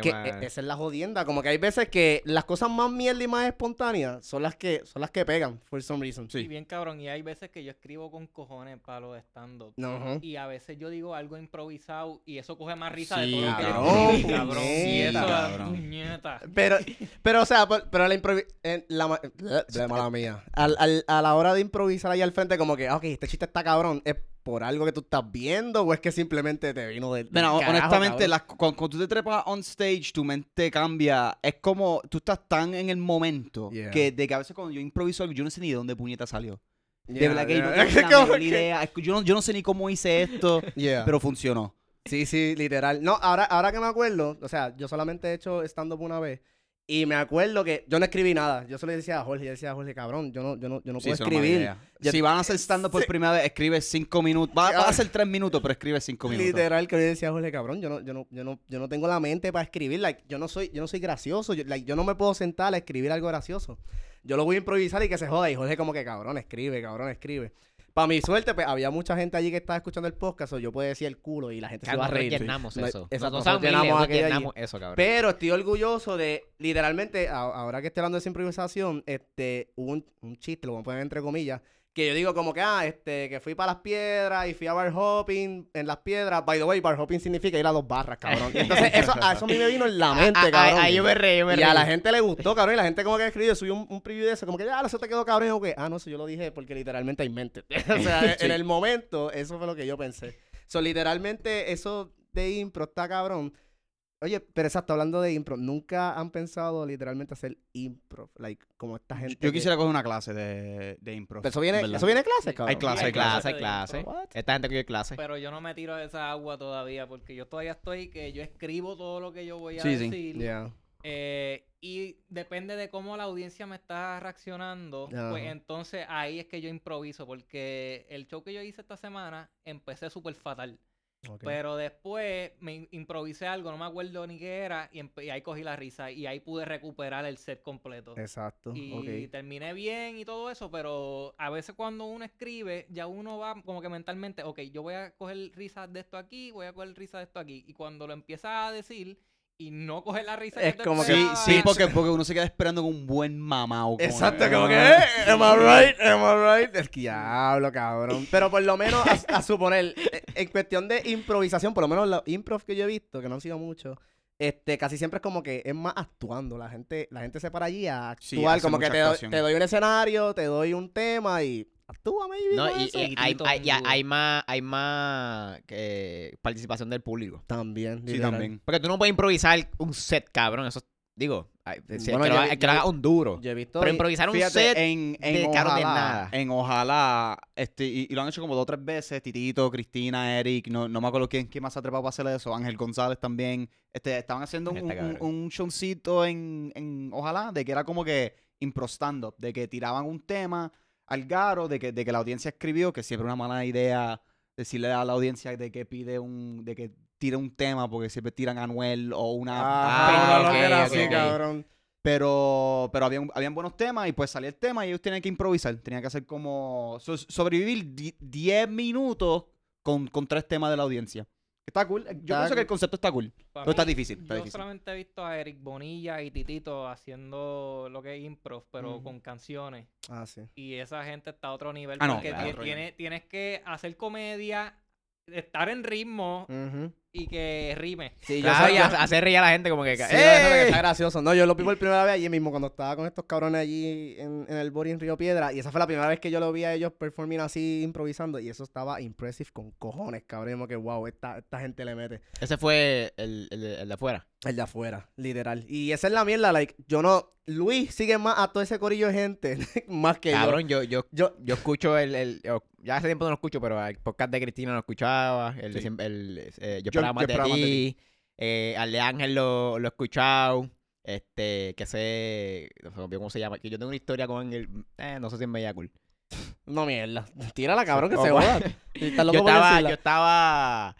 Speaker 1: tiene
Speaker 2: que
Speaker 1: más-
Speaker 2: e- esa es la jodienda, como que hay veces que las cosas más mierda y más espontáneas son las que, son las que pegan, for some reason.
Speaker 4: Y bien cabrón, y hay veces que yo escribo con cojones para los stand-up.
Speaker 2: No, ajá.
Speaker 4: Y a veces yo digo algo improvisado y eso coge más risa
Speaker 3: Sí,
Speaker 4: de todo lo que yo
Speaker 2: cabrón,
Speaker 4: escribí, cabrón. Y
Speaker 2: puñeta,
Speaker 4: eso,
Speaker 3: cabrón.
Speaker 4: puñeta.
Speaker 2: Pero, pero, o sea, por- pero la improvi- en la, ma- de mala mía. Al- al- a la hora de improvisar ahí al frente, como que, ah, ok, este chiste está cabrón, ¿es por algo que tú estás viendo o es que simplemente te vino del. del
Speaker 3: Mira, hon-
Speaker 2: carajo,
Speaker 3: honestamente,
Speaker 2: cabrón?
Speaker 3: las- cu- cuando, tú te trepas on stage, tu mente cambia. Es como tú estás tan en el momento
Speaker 2: Yeah.
Speaker 3: que de que a veces cuando yo improviso algo, yo no sé ni de dónde puñeta salió. de verdad que yo no tengo la menor idea. Es que Yo no, yo no sé ni cómo hice esto, pero funcionó.
Speaker 2: Sí, sí, literal. No, ahora, ahora que me acuerdo, o sea, yo solamente he hecho stand-up una vez. Y me acuerdo que yo no escribí nada. Yo solo decía a Jorge, yo decía a Jorge, cabrón, yo no, yo no, yo no
Speaker 3: Sí,
Speaker 2: puedo
Speaker 3: eso no me
Speaker 2: escribir.
Speaker 3: idea. si van a hacer stand-up por primera vez, escribe cinco minutos. Va, va a hacer tres minutos, pero escribe cinco minutos.
Speaker 2: Ah. Literal que yo decía, Jorge, cabrón, yo no, yo no, yo no, yo no tengo la mente para escribir, like, yo no soy, yo no soy gracioso, yo, like, yo no me puedo sentar a escribir algo gracioso. Yo lo voy a improvisar y que se joda. Y Jorge como que cabrón, escribe, cabrón, escribe. Para mi suerte, pues había mucha gente allí que estaba escuchando el podcast, o yo podía decir el culo y la gente se iba a
Speaker 1: Nosotros
Speaker 2: reír.
Speaker 1: llenamos
Speaker 2: No,
Speaker 1: eso.
Speaker 2: exacto,
Speaker 1: Nosotros
Speaker 2: nosotros
Speaker 1: somos humildes,
Speaker 2: llenamos
Speaker 1: nosotros
Speaker 2: aquello allí.
Speaker 1: llenamos eso, cabrón.
Speaker 2: Pero estoy orgulloso de, literalmente, a- ahora que estoy hablando de esa improvisación, este, hubo un, un chiste, lo voy a poner entre comillas, que yo digo como que, ah, este, que fui para las piedras y fui a bar hopping en las piedras. By the way, bar hopping significa ir a dos barras, cabrón. Y entonces, eso, a eso a mí me vino en la mente,
Speaker 1: Ah, ah,
Speaker 2: cabrón.
Speaker 1: ah, yo me reí, yo me
Speaker 2: y a
Speaker 1: reí.
Speaker 2: la gente le gustó, cabrón. Y la gente como que escribió, subió un, un preview de eso, como que, ah, eso te quedó cabrón. Y yo, que, ah, no, eso yo lo dije porque literalmente hay mente. o sea, en el momento, eso fue lo que yo pensé. So, literalmente, eso de impro está cabrón. Oye, pero exacto, hablando de impro, nunca han pensado literalmente hacer impro, like, como esta gente.
Speaker 3: Yo
Speaker 2: que-
Speaker 3: quisiera coger una clase de, de impro.
Speaker 2: Pero eso viene,
Speaker 3: ¿verdad?
Speaker 2: eso viene en clases, cabrón.
Speaker 3: Hay clase,
Speaker 1: hay clase, hay
Speaker 4: clase.
Speaker 1: clase. Esta gente que hay clase.
Speaker 4: Pero yo no me tiro de esa agua todavía porque yo todavía estoy que yo escribo todo lo que yo voy a
Speaker 3: Sí, sí.
Speaker 4: decir.
Speaker 2: Yeah.
Speaker 4: eh, y depende de cómo la audiencia me está reaccionando, pues
Speaker 2: Ajá.
Speaker 4: entonces ahí es que yo improviso porque el show que yo hice esta semana empecé súper fatal.
Speaker 2: Ok.
Speaker 4: Pero después me im- improvisé algo, no me acuerdo ni qué era, y, empe- y ahí cogí la risa y ahí pude recuperar el set completo.
Speaker 2: Exacto.
Speaker 4: Y
Speaker 2: ok.
Speaker 4: terminé bien y todo eso, pero a veces cuando uno escribe, ya uno va como que mentalmente, ok, yo voy a coger risas de esto aquí, voy a coger risas de esto aquí. Y cuando lo empieza a decir y no coge la risa
Speaker 2: Es
Speaker 4: que te
Speaker 2: como que-
Speaker 3: Sí,
Speaker 4: esperaba,
Speaker 3: sí, porque, porque uno se queda esperando con Ah. un buen mamao.
Speaker 2: Exacto, como que, eh, am I right, am I right. Es que diablo, cabrón. Pero por lo menos, a, a suponer, eh, en cuestión de improvisación, por lo menos los improv que yo he visto, que no han sido muchos, este, casi siempre es como que es más actuando. La gente, la gente se para allí a
Speaker 3: Sí,
Speaker 2: actuar,
Speaker 3: hace
Speaker 2: como que
Speaker 3: mucha
Speaker 2: te doy,
Speaker 3: actuación.
Speaker 2: te doy un escenario, te doy un tema y actúa, maybe.
Speaker 1: No,
Speaker 2: con
Speaker 1: y,
Speaker 2: eso.
Speaker 1: y hay,
Speaker 4: Grito
Speaker 1: hay- y hay-
Speaker 4: mudo.
Speaker 1: hay más, hay más eh, participación del público.
Speaker 2: También,
Speaker 3: Sí,
Speaker 2: literal.
Speaker 3: también.
Speaker 1: Porque tú no puedes improvisar un set, cabrón. Eso, digo, hay- si el
Speaker 2: Bueno,
Speaker 1: que, lo,
Speaker 2: yo-
Speaker 1: ha- el que lo haga un duro.
Speaker 2: Yo he visto.
Speaker 1: Pero
Speaker 2: y-
Speaker 1: improvisar un
Speaker 3: Fíjate,
Speaker 1: set
Speaker 3: en, en
Speaker 1: de Carlos de
Speaker 3: ojalá,
Speaker 1: Nada.
Speaker 3: en ojalá, este, y, y lo han hecho como dos o tres veces, Titito, Cristina, Eric, no, no me acuerdo quién, quién más se ha trepado para hacer eso, Ángel González también, este, estaban haciendo un,
Speaker 1: Está
Speaker 3: un,
Speaker 1: cabrón.
Speaker 3: un showcito en, en ojalá, de que era como que impro stand-up, de que tiraban un tema al garo, de que, de que la audiencia escribió, que siempre es una mala idea decirle a la audiencia de que pide un, de que tire un tema, porque siempre tiran a Anuel o una...
Speaker 2: Ah,
Speaker 1: Ah,
Speaker 2: no, no,
Speaker 1: ok,
Speaker 2: era
Speaker 1: ok,
Speaker 2: así,
Speaker 1: ok.
Speaker 2: cabrón.
Speaker 3: pero, pero habían, habían buenos temas y pues salía el tema y ellos tenían que improvisar. Tenían que hacer como so- sobrevivir di- 10 minutos con, con tres temas de la audiencia. Está cool. Yo
Speaker 2: Está
Speaker 3: pienso
Speaker 2: cool.
Speaker 3: que el concepto está cool.
Speaker 4: Para
Speaker 3: Pero está
Speaker 4: mí,
Speaker 3: difícil, está
Speaker 4: yo
Speaker 3: difícil.
Speaker 4: solamente he visto a Eric Bonilla y Titito haciendo lo que es improv, pero
Speaker 2: Ujú.
Speaker 4: con canciones.
Speaker 2: Ah, sí.
Speaker 4: Y esa gente está a otro nivel.
Speaker 3: Ah, no,
Speaker 4: porque
Speaker 3: claro.
Speaker 4: tie- tiene- tienes que hacer comedia, estar en ritmo
Speaker 2: Ujú.
Speaker 4: y que rime.
Speaker 2: Sí, yo
Speaker 1: Claro,
Speaker 2: soy-
Speaker 1: y ha- hacer reír a la gente como que...
Speaker 2: Sí,
Speaker 1: ¡Eh!
Speaker 2: yo creo que está gracioso. No, yo lo vi por primera vez allí mismo cuando estaba con estos cabrones allí en, en el Boring Río Piedra. Y esa fue la primera vez que yo lo vi a ellos performing así, improvisando. Y eso estaba impressive con cojones, cabrón. Como que wow, esta, esta gente le mete.
Speaker 1: Ese fue el, el de- el de afuera.
Speaker 2: El de afuera, literal. Y esa es la mierda, like, yo no. Luis sigue más a todo ese corillo de gente, más que
Speaker 1: Cabrón, yo, yo,
Speaker 2: yo. Yo.
Speaker 1: yo escucho el, el- yo- Ya hace tiempo no lo escucho, pero el podcast de Cristina lo escuchaba. El, de
Speaker 3: Sí.
Speaker 1: siempre- el, eh, yo
Speaker 3: Yo-
Speaker 1: esperaba
Speaker 3: yo
Speaker 1: más de
Speaker 3: esperaba más de
Speaker 1: ti. eh, al de Ángel lo, lo he escuchado. Este, que sé... No sé cómo se llama. Que yo tengo una historia con Ángel. eh, no sé si es media cool.
Speaker 2: No, mierda. Tírala, cabrón, que se
Speaker 1: Ojo.
Speaker 2: joda. Está loco
Speaker 1: yo
Speaker 2: por
Speaker 1: estaba,
Speaker 2: decirla.
Speaker 1: yo estaba,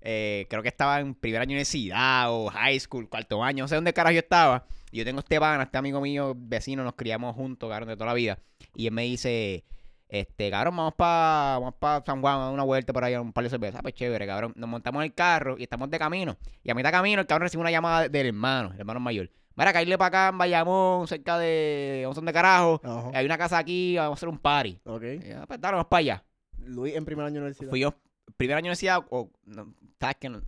Speaker 1: eh, creo que estaba en primer año de universidad o high school, cuarto año, no sé dónde carajo yo estaba. Y yo tengo este pana, este amigo mío, vecino, nos criamos juntos, cabrón, de toda la vida. Y él me dice, este, cabrón, vamos para vamos pa San Juan a dar una vuelta por ahí a un par de cervezas. Ah, pues chévere, cabrón. Nos montamos en el carro y estamos de camino. Y a mitad de camino el cabrón recibe una llamada del hermano, el hermano mayor. Mira, caerle para acá en Bayamón, cerca de... No sé dónde carajo.
Speaker 2: Ajá.
Speaker 1: Hay una casa aquí, vamos a hacer un party.
Speaker 2: Ok.
Speaker 1: Y, ah, pues dale, vamos para allá.
Speaker 2: Luis en primer año de universidad.
Speaker 1: Fui yo, primer año de universidad, o, no, sabes que no,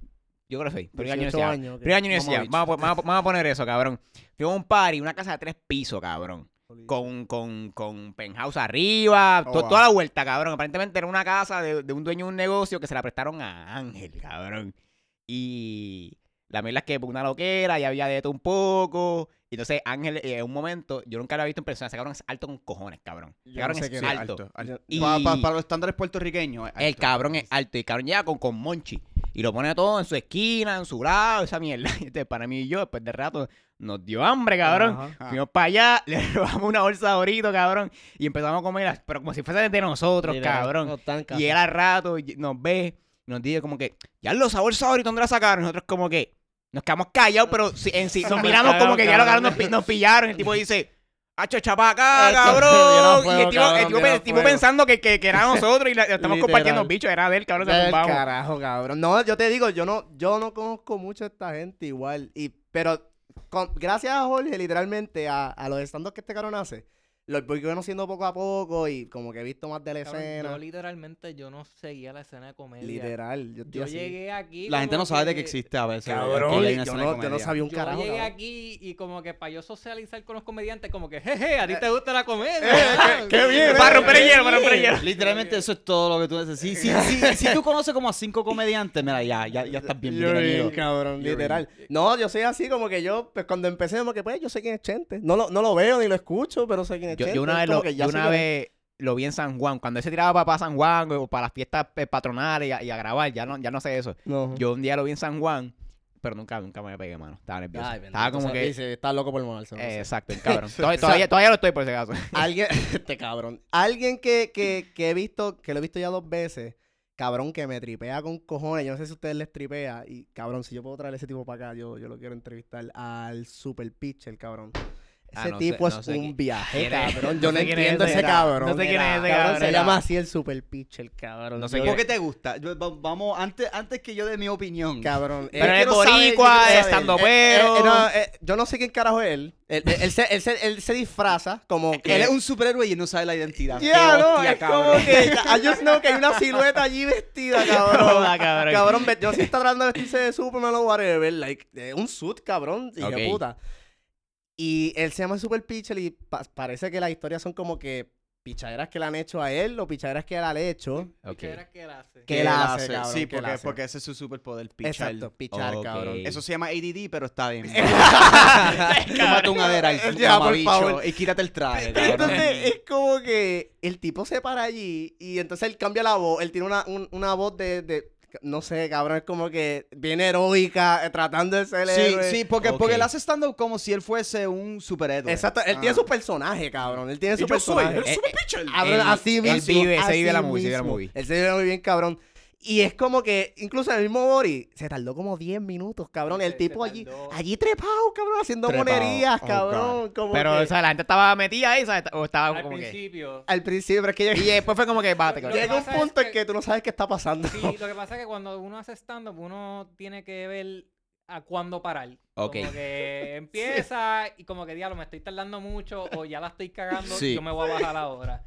Speaker 1: yo creo que sí, primer año de
Speaker 2: 18
Speaker 1: universidad.
Speaker 2: años, ok.
Speaker 1: Primer año de
Speaker 3: Vamos a
Speaker 1: universidad,
Speaker 3: bicho.
Speaker 1: vamos a, po- vamos a po- vamos a poner eso, cabrón. Fuimos a un party, una casa de tres pisos, cabrón. Con, con, con penthouse arriba,
Speaker 3: Oh,
Speaker 1: to-
Speaker 3: wow.
Speaker 1: toda la vuelta, cabrón. Aparentemente era una casa de, de un dueño de un negocio que se la prestaron a Ángel, cabrón. Y La mierda es que una loquera y había de todo un poco. Y entonces Ángel, eh, en un momento, yo nunca lo había visto en persona. Ese cabrón es alto con cojones, cabrón. Ese
Speaker 2: Yo no
Speaker 1: cabrón
Speaker 2: sé qué
Speaker 1: es
Speaker 2: era
Speaker 1: alto.
Speaker 2: alto.
Speaker 1: Y
Speaker 3: Pa- pa- para los estándares puertorriqueños. es
Speaker 1: el
Speaker 3: alto.
Speaker 1: cabrón es alto. Y el cabrón llega con, con Monchi. Y lo pone todo en su esquina, en su lado, esa mierda. Y entonces, para mí y yo, después de rato, nos dio hambre, cabrón.
Speaker 2: Ajá.
Speaker 1: Fuimos para allá, le robamos una bolsa de Doritos, cabrón, y empezamos a comer, pero como si fuese de nosotros,
Speaker 2: Literal,
Speaker 1: cabrón.
Speaker 2: no tan
Speaker 1: Y
Speaker 2: cabrón.
Speaker 1: él al rato y nos ve, nos dice como que, ya los sabores Doritos, ¿dónde la sacaron? Nosotros como que nos quedamos callados, pero si- en sí, nos miramos como que ya lo cabrón, nos, pi- nos pillaron. El tipo dice, hacho, chapa acá,
Speaker 2: Hacho,
Speaker 1: cabrón. y
Speaker 2: mira
Speaker 1: el
Speaker 2: fuego,
Speaker 1: tipo, el
Speaker 2: cabrón,
Speaker 1: tipo-
Speaker 2: mira
Speaker 1: el tipo
Speaker 2: fuego.
Speaker 1: pensando que, que, que era nosotros y la- estamos
Speaker 2: Literal.
Speaker 1: compartiendo bichos, era de él, cabrón, se
Speaker 2: Del
Speaker 1: tumbamos.
Speaker 2: carajo, cabrón. No, yo te digo, yo no, yo no conozco mucho a esta gente igual. Y, pero con- gracias a Jorge, literalmente, a, a los estandos que este cabrón hace, los voy conociendo poco a poco y como que he visto más de la
Speaker 4: Cabrón,
Speaker 2: escena.
Speaker 4: yo literalmente yo no seguía la escena de comedia.
Speaker 2: Literal, yo, estoy
Speaker 4: Yo
Speaker 2: así.
Speaker 4: llegué aquí.
Speaker 3: La gente
Speaker 4: como
Speaker 3: no sabe de que existe a veces.
Speaker 2: Cabrón,
Speaker 3: Aquí hay
Speaker 2: yo,
Speaker 3: una escena de
Speaker 2: no, yo no
Speaker 3: comedia.
Speaker 2: sabía un
Speaker 4: Yo
Speaker 2: carajo.
Speaker 4: llegué
Speaker 2: cabrón.
Speaker 4: aquí y como que para yo socializar con los comediantes, como que, jeje, a ti te gusta la comedia.
Speaker 2: eh, qué bien,
Speaker 1: Para romper el hielo, para romper el hielo.
Speaker 3: Literalmente eso es todo lo que tú necesitas. Si, si tú conoces como a cinco comediantes, mira, ya, ya, ya estás bien.
Speaker 2: Yo
Speaker 3: bienvenido.
Speaker 2: bien, cabrón, literal. No, yo soy así como que yo, pues cuando empecé, como que pues yo sé quién es Chente. No lo, no lo veo ni lo escucho, pero sé quién es
Speaker 1: Yo,
Speaker 2: Chente.
Speaker 1: yo una,
Speaker 2: Es
Speaker 1: vez
Speaker 2: como
Speaker 1: lo,
Speaker 2: que ya
Speaker 1: yo
Speaker 2: sé
Speaker 1: una
Speaker 2: quién es.
Speaker 1: vez lo vi en San Juan. Cuando él se tiraba para, San Juan o para las fiestas eh, patronales y a, y a grabar, ya no, ya no sé eso.
Speaker 2: No.
Speaker 1: Yo un día lo vi en San Juan, pero nunca, nunca me pegué, mano. Estaba nervioso.
Speaker 2: Ay,
Speaker 1: Estaba
Speaker 2: bendito,
Speaker 1: como
Speaker 2: se
Speaker 1: que.
Speaker 2: dice, está loco por monarse. no
Speaker 1: eh,
Speaker 2: sé.
Speaker 1: exacto, el cabrón. Todavía, todavía, todavía lo estoy por ese caso.
Speaker 2: Alguien, este cabrón. Alguien que, que, que he visto, que lo he visto ya dos veces, cabrón, que me tripea con cojones. Yo no sé si ustedes les tripea. Y cabrón, si yo puedo traer ese tipo para acá, yo, yo lo quiero entrevistar al super pitcher, cabrón.
Speaker 1: Ah,
Speaker 2: Ese
Speaker 1: no sé-
Speaker 2: tipo es
Speaker 1: no sé
Speaker 2: un
Speaker 1: quién-
Speaker 2: viaje,
Speaker 1: quién es.
Speaker 2: cabrón.
Speaker 1: No
Speaker 2: Yo no,
Speaker 1: sé quién es
Speaker 2: entiendo
Speaker 1: ese.
Speaker 2: ese cabrón.
Speaker 1: No sé quién es ese cabrón.
Speaker 2: Se llama así el super pitcher, cabrón.
Speaker 1: No sé
Speaker 2: Yo-
Speaker 1: quién
Speaker 3: ¿Por qué te gusta? Yo- va- vamos, antes, antes que yo dé mi opinión.
Speaker 2: Cabrón.
Speaker 1: Pero
Speaker 2: Yo
Speaker 1: es
Speaker 2: quiero saber, yo
Speaker 1: boricua,
Speaker 2: quiero
Speaker 1: es
Speaker 2: saber.
Speaker 1: standupero.
Speaker 2: Eh, eh, no, eh, yo no sé quién carajo es él. Él, él- él se, él se- él se disfraza como que...
Speaker 3: Él es un superhéroe y él no sabe la identidad.
Speaker 2: Ya,
Speaker 3: Qué
Speaker 2: no,
Speaker 3: hostia,
Speaker 2: es
Speaker 3: cabrón.
Speaker 2: como que... I just know que hay una silueta allí vestida, cabrón.
Speaker 1: Joda, cabrón.
Speaker 2: cabrón, ve- yo sí está tratando de vestirse de Superman o whatever. Like, eh, un suit, cabrón. Dije,
Speaker 1: Ok.
Speaker 2: puta. Y él se llama Super Pitcher y pa- parece que las historias son como que pichaderas que le han hecho a él o pichaderas que él ha hecho.
Speaker 1: Ok.
Speaker 4: ¿Qué era que él hace?
Speaker 2: Que él hace, cabrón,
Speaker 3: Sí,
Speaker 2: que él
Speaker 3: porque,
Speaker 2: hace.
Speaker 3: porque ese es su superpoder, pichar.
Speaker 2: Exacto, pichar,
Speaker 1: Ok.
Speaker 2: cabrón.
Speaker 3: Eso se llama ADD, pero está bien. Tómate un Adderall,
Speaker 2: Ya, por
Speaker 3: mamabicho,
Speaker 2: favor.
Speaker 3: y quítate el traje, cabrón.
Speaker 2: Entonces es como que el tipo se para allí y entonces él cambia la voz. Él tiene una, un- una voz de, de- No sé, cabrón, es como que bien heroica, eh, tratando de ser el
Speaker 3: Sí,
Speaker 2: héroe.
Speaker 3: sí, porque,
Speaker 1: Ok.
Speaker 3: porque él hace stand-up como si él fuese un superhéroe. Ah.
Speaker 2: Exacto, él
Speaker 1: Ah.
Speaker 2: tiene su personaje, cabrón. Él tiene su personaje.
Speaker 1: el super
Speaker 3: pitcher.
Speaker 2: Cabrón,
Speaker 1: Él-
Speaker 2: así
Speaker 1: él
Speaker 2: mismo.
Speaker 1: vive, se
Speaker 2: así
Speaker 1: vive la movie, se vive la
Speaker 2: mismo.
Speaker 1: movie.
Speaker 2: Él se vive muy bien, cabrón. Y es como que, incluso el mismo Bori, se tardó como 10 minutos, cabrón.
Speaker 4: Sí,
Speaker 2: El
Speaker 4: se-
Speaker 2: tipo
Speaker 4: se
Speaker 2: allí,
Speaker 4: tardó.
Speaker 2: allí trepado, cabrón, haciendo
Speaker 3: Trepado.
Speaker 2: monerías,
Speaker 3: Oh,
Speaker 2: cabrón. como
Speaker 1: Pero,
Speaker 2: que-
Speaker 1: o sea, la gente estaba metida ahí, ¿sabes? O estaba
Speaker 4: Al
Speaker 1: como que.
Speaker 4: principio.
Speaker 2: al principio, pero es que
Speaker 1: Y
Speaker 2: llega-
Speaker 1: después fue como que, bate, cabrón.
Speaker 2: llega un
Speaker 4: pasa es
Speaker 2: punto en
Speaker 4: que-
Speaker 2: que tú no sabes qué está pasando.
Speaker 4: Sí, lo que pasa es que cuando uno hace stand-up, uno tiene que ver a cuándo parar.
Speaker 1: Ok.
Speaker 4: Como que empieza y como que, diablo, me estoy tardando mucho o ya la estoy cagando,
Speaker 3: Sí.
Speaker 4: yo me voy a bajar ahora.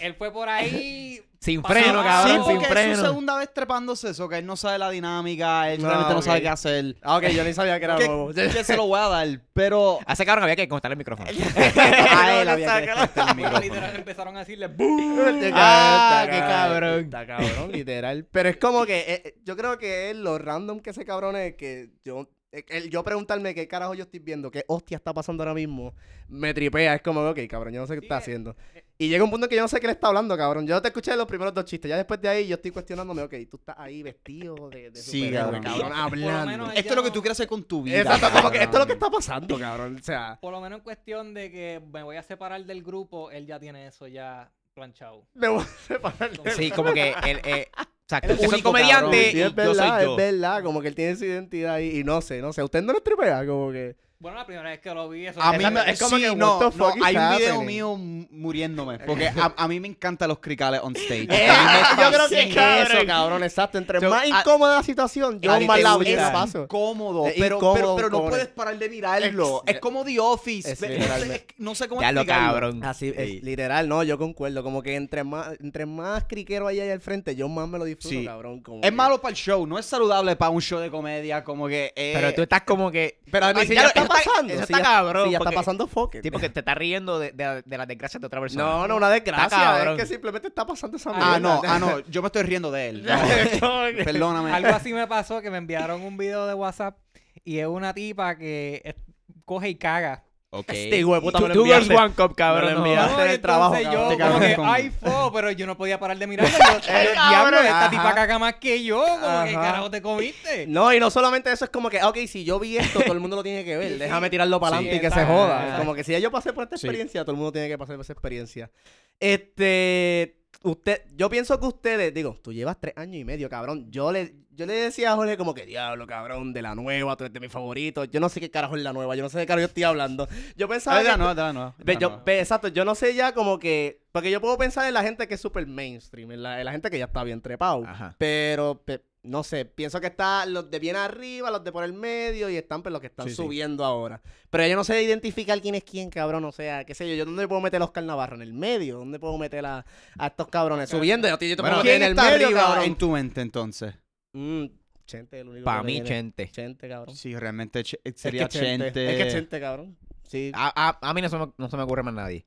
Speaker 4: Él fue por ahí.
Speaker 1: Sin
Speaker 4: Pasó-
Speaker 1: freno,
Speaker 4: Sí,
Speaker 1: cabrón,
Speaker 3: sí,
Speaker 1: sin
Speaker 3: porque es su
Speaker 1: freno.
Speaker 3: segunda vez trepándose eso, que él no sabe la dinámica, él
Speaker 2: No,
Speaker 3: realmente no
Speaker 2: Ah, ok.
Speaker 3: sabe qué hacer.
Speaker 2: Ah, ok, yo ni sabía que era nuevo.
Speaker 3: Que, que se lo voy a dar, pero...
Speaker 1: A ese cabrón había que contarle el micrófono.
Speaker 3: a él había que desconectar el
Speaker 4: Bueno,
Speaker 3: micrófono.
Speaker 4: literal, empezaron a decirle ¡Bum!
Speaker 1: Ah, qué cabrón.
Speaker 2: Está cabrón, literal. Pero es como que eh, eh, yo creo que es lo random que ese cabrón es que yo eh, el yo preguntarme qué carajo yo estoy viendo, qué hostia está pasando ahora mismo, me tripea. Es como, ok, cabrón, yo no sé qué está
Speaker 4: Sí, eh,
Speaker 2: haciendo. Y llega un punto en que yo no sé qué le está hablando, cabrón. Yo te escuché los primeros dos chistes. Ya después de ahí yo estoy cuestionándome, ok, tú estás ahí vestido de, de
Speaker 3: Sí,
Speaker 2: superhéroe,
Speaker 3: cabrón.
Speaker 4: lo
Speaker 2: hablando.
Speaker 4: menos él
Speaker 3: Esto
Speaker 4: ya
Speaker 3: es lo que
Speaker 4: no-
Speaker 3: tú quieres hacer con tu vida.
Speaker 2: Exacto, como que
Speaker 3: cabrón.
Speaker 2: esto es lo que está pasando, cabrón. O sea...
Speaker 4: Por lo menos en cuestión de que me voy a separar del grupo, él ya tiene eso ya planchado.
Speaker 2: Me voy a separar de-
Speaker 1: Sí, como que él. eh, Exacto.
Speaker 3: Él es
Speaker 1: Yo soy
Speaker 3: único,
Speaker 1: comediante
Speaker 3: cabrón.
Speaker 2: Sí,
Speaker 1: y
Speaker 2: es
Speaker 1: yo soy
Speaker 2: verdad,
Speaker 1: yo.
Speaker 2: es verdad. Como que él tiene su identidad ahí. Y no sé, no sé. Usted no lo tripea, como que.
Speaker 4: Bueno, la primera vez que lo vi, eso
Speaker 3: A
Speaker 4: fue-
Speaker 3: mí
Speaker 2: Exacto,
Speaker 3: me,
Speaker 2: es como
Speaker 3: sí,
Speaker 2: que, what
Speaker 3: no,
Speaker 2: the
Speaker 3: no,
Speaker 2: fuck is
Speaker 3: hay un video
Speaker 2: happening?
Speaker 3: mío muriéndome, porque a, a mí me encantan los cricales on stage.
Speaker 2: Eh,
Speaker 3: A mí me
Speaker 2: yo creo que es
Speaker 3: fascina.
Speaker 2: eso, cabrón. Exacto. Entre
Speaker 3: Yo-
Speaker 2: más
Speaker 3: a-
Speaker 2: incómoda la situación, yo
Speaker 3: A ti
Speaker 2: más
Speaker 3: te
Speaker 2: la
Speaker 3: gusta.
Speaker 2: vida
Speaker 3: Es
Speaker 2: paso.
Speaker 3: incómodo,
Speaker 2: Es
Speaker 3: pero,
Speaker 2: incómodo,
Speaker 3: pero, pero no
Speaker 2: incómodo.
Speaker 3: puedes parar de mirarlo.
Speaker 2: Ex-
Speaker 3: es como The Office.
Speaker 2: es
Speaker 3: Ve-
Speaker 2: literalmente.
Speaker 3: es- no sé cómo
Speaker 1: Ya lo
Speaker 3: explicarlo.
Speaker 1: cabrón.
Speaker 2: Así es,
Speaker 1: Sí.
Speaker 2: literal, no, yo concuerdo. Como que entre más, entre más criquero hay ahí al frente, yo más me lo disfruto,
Speaker 3: Sí.
Speaker 2: cabrón. como
Speaker 3: Es
Speaker 2: que-
Speaker 3: malo para el show, no es saludable para un show de comedia, como que... eh,
Speaker 1: Pero tú estás como que.
Speaker 2: Pero a mí
Speaker 3: Ay,
Speaker 2: sí ya
Speaker 3: ya lo-
Speaker 2: está
Speaker 3: ya
Speaker 1: está-
Speaker 2: pasando.
Speaker 1: eso
Speaker 2: Si
Speaker 1: está
Speaker 2: ya-
Speaker 1: cabrón,
Speaker 2: Si ya está
Speaker 1: porque-
Speaker 2: pasando, fuck it.
Speaker 1: Tipo que te está riendo de, de, de las desgracias de otra persona.
Speaker 2: No, no, una desgracia.
Speaker 1: cabrón.
Speaker 2: es que simplemente está pasando esa mierda.
Speaker 3: Ah, no, ah, no. Yo me estoy riendo de él. No, perdóname.
Speaker 4: Algo así me pasó que me enviaron un video de WhatsApp y es una tipa que eh, coge y caga.
Speaker 3: Ok.
Speaker 2: Este hijo de puta me
Speaker 1: Tú,
Speaker 2: lo
Speaker 1: tú girls
Speaker 2: enviaste.
Speaker 1: one cup, cabrón.
Speaker 2: lo
Speaker 1: no.
Speaker 2: enviaste.
Speaker 4: y
Speaker 2: del
Speaker 4: entonces
Speaker 2: trabajo, cabrón,
Speaker 4: yo
Speaker 2: te
Speaker 4: como
Speaker 3: cagaste
Speaker 4: que,
Speaker 3: con-
Speaker 4: ay, fo, pero yo no podía parar de mirarla. Yo, yo, diablo, esta tipa
Speaker 2: Ajá.
Speaker 4: caga más que yo. Como que,
Speaker 2: Ajá.
Speaker 4: carajo te comiste?
Speaker 2: No, y no solamente eso, es como que, ah, ok, si yo vi esto, todo el mundo lo tiene que ver. Déjame tirarlo para
Speaker 3: Sí,
Speaker 2: adelante y que se
Speaker 4: exacto,
Speaker 2: joda.
Speaker 4: exacto.
Speaker 2: Como que si ya yo pasé por esta
Speaker 3: Sí.
Speaker 2: experiencia, todo el mundo tiene que pasar por esa experiencia. Este, usted, yo pienso que ustedes, digo, tú llevas tres años y medio, cabrón. Yo le, yo le decía a Jorge como que, diablo, cabrón, de la nueva, tú eres de mis favoritos. Yo no sé qué carajo es la nueva, yo no sé de qué carajo yo estoy hablando. Yo pensaba
Speaker 3: Ah,
Speaker 2: que...
Speaker 3: ya no, ya no,
Speaker 2: Ve,
Speaker 3: ya
Speaker 2: yo-
Speaker 3: no.
Speaker 2: ve, exacto, yo no sé ya como que. Porque yo puedo pensar en la gente que es súper mainstream, en la, en la gente que ya está bien trepado.
Speaker 3: Ajá.
Speaker 2: Pero, pe- no sé, pienso que están los de bien arriba, los de por el medio y están pues, los que están
Speaker 3: Sí, sí.
Speaker 2: subiendo ahora. Pero yo no sé identificar quién es quién, cabrón. O sea, qué sé yo, yo dónde puedo meter a Oscar Navarro, en el medio. ¿Dónde puedo meter a, a estos cabrones? Subiendo, yo te, yo te
Speaker 3: Bueno,
Speaker 2: puedo meter
Speaker 3: ¿Quién
Speaker 2: en el
Speaker 3: está
Speaker 2: medio,
Speaker 3: arriba
Speaker 2: cabrón.
Speaker 3: en tu mente entonces?
Speaker 2: Mm, Chente, el único
Speaker 1: Pa'
Speaker 2: que
Speaker 1: mí,
Speaker 2: viene.
Speaker 1: gente.
Speaker 2: Chente, cabrón.
Speaker 3: Sí, realmente Ch-
Speaker 2: Es
Speaker 3: sería
Speaker 2: que Chente.
Speaker 3: gente.
Speaker 2: Es que Chente, cabrón. Sí.
Speaker 1: A, a, a mí no se, me, no se me ocurre más nadie.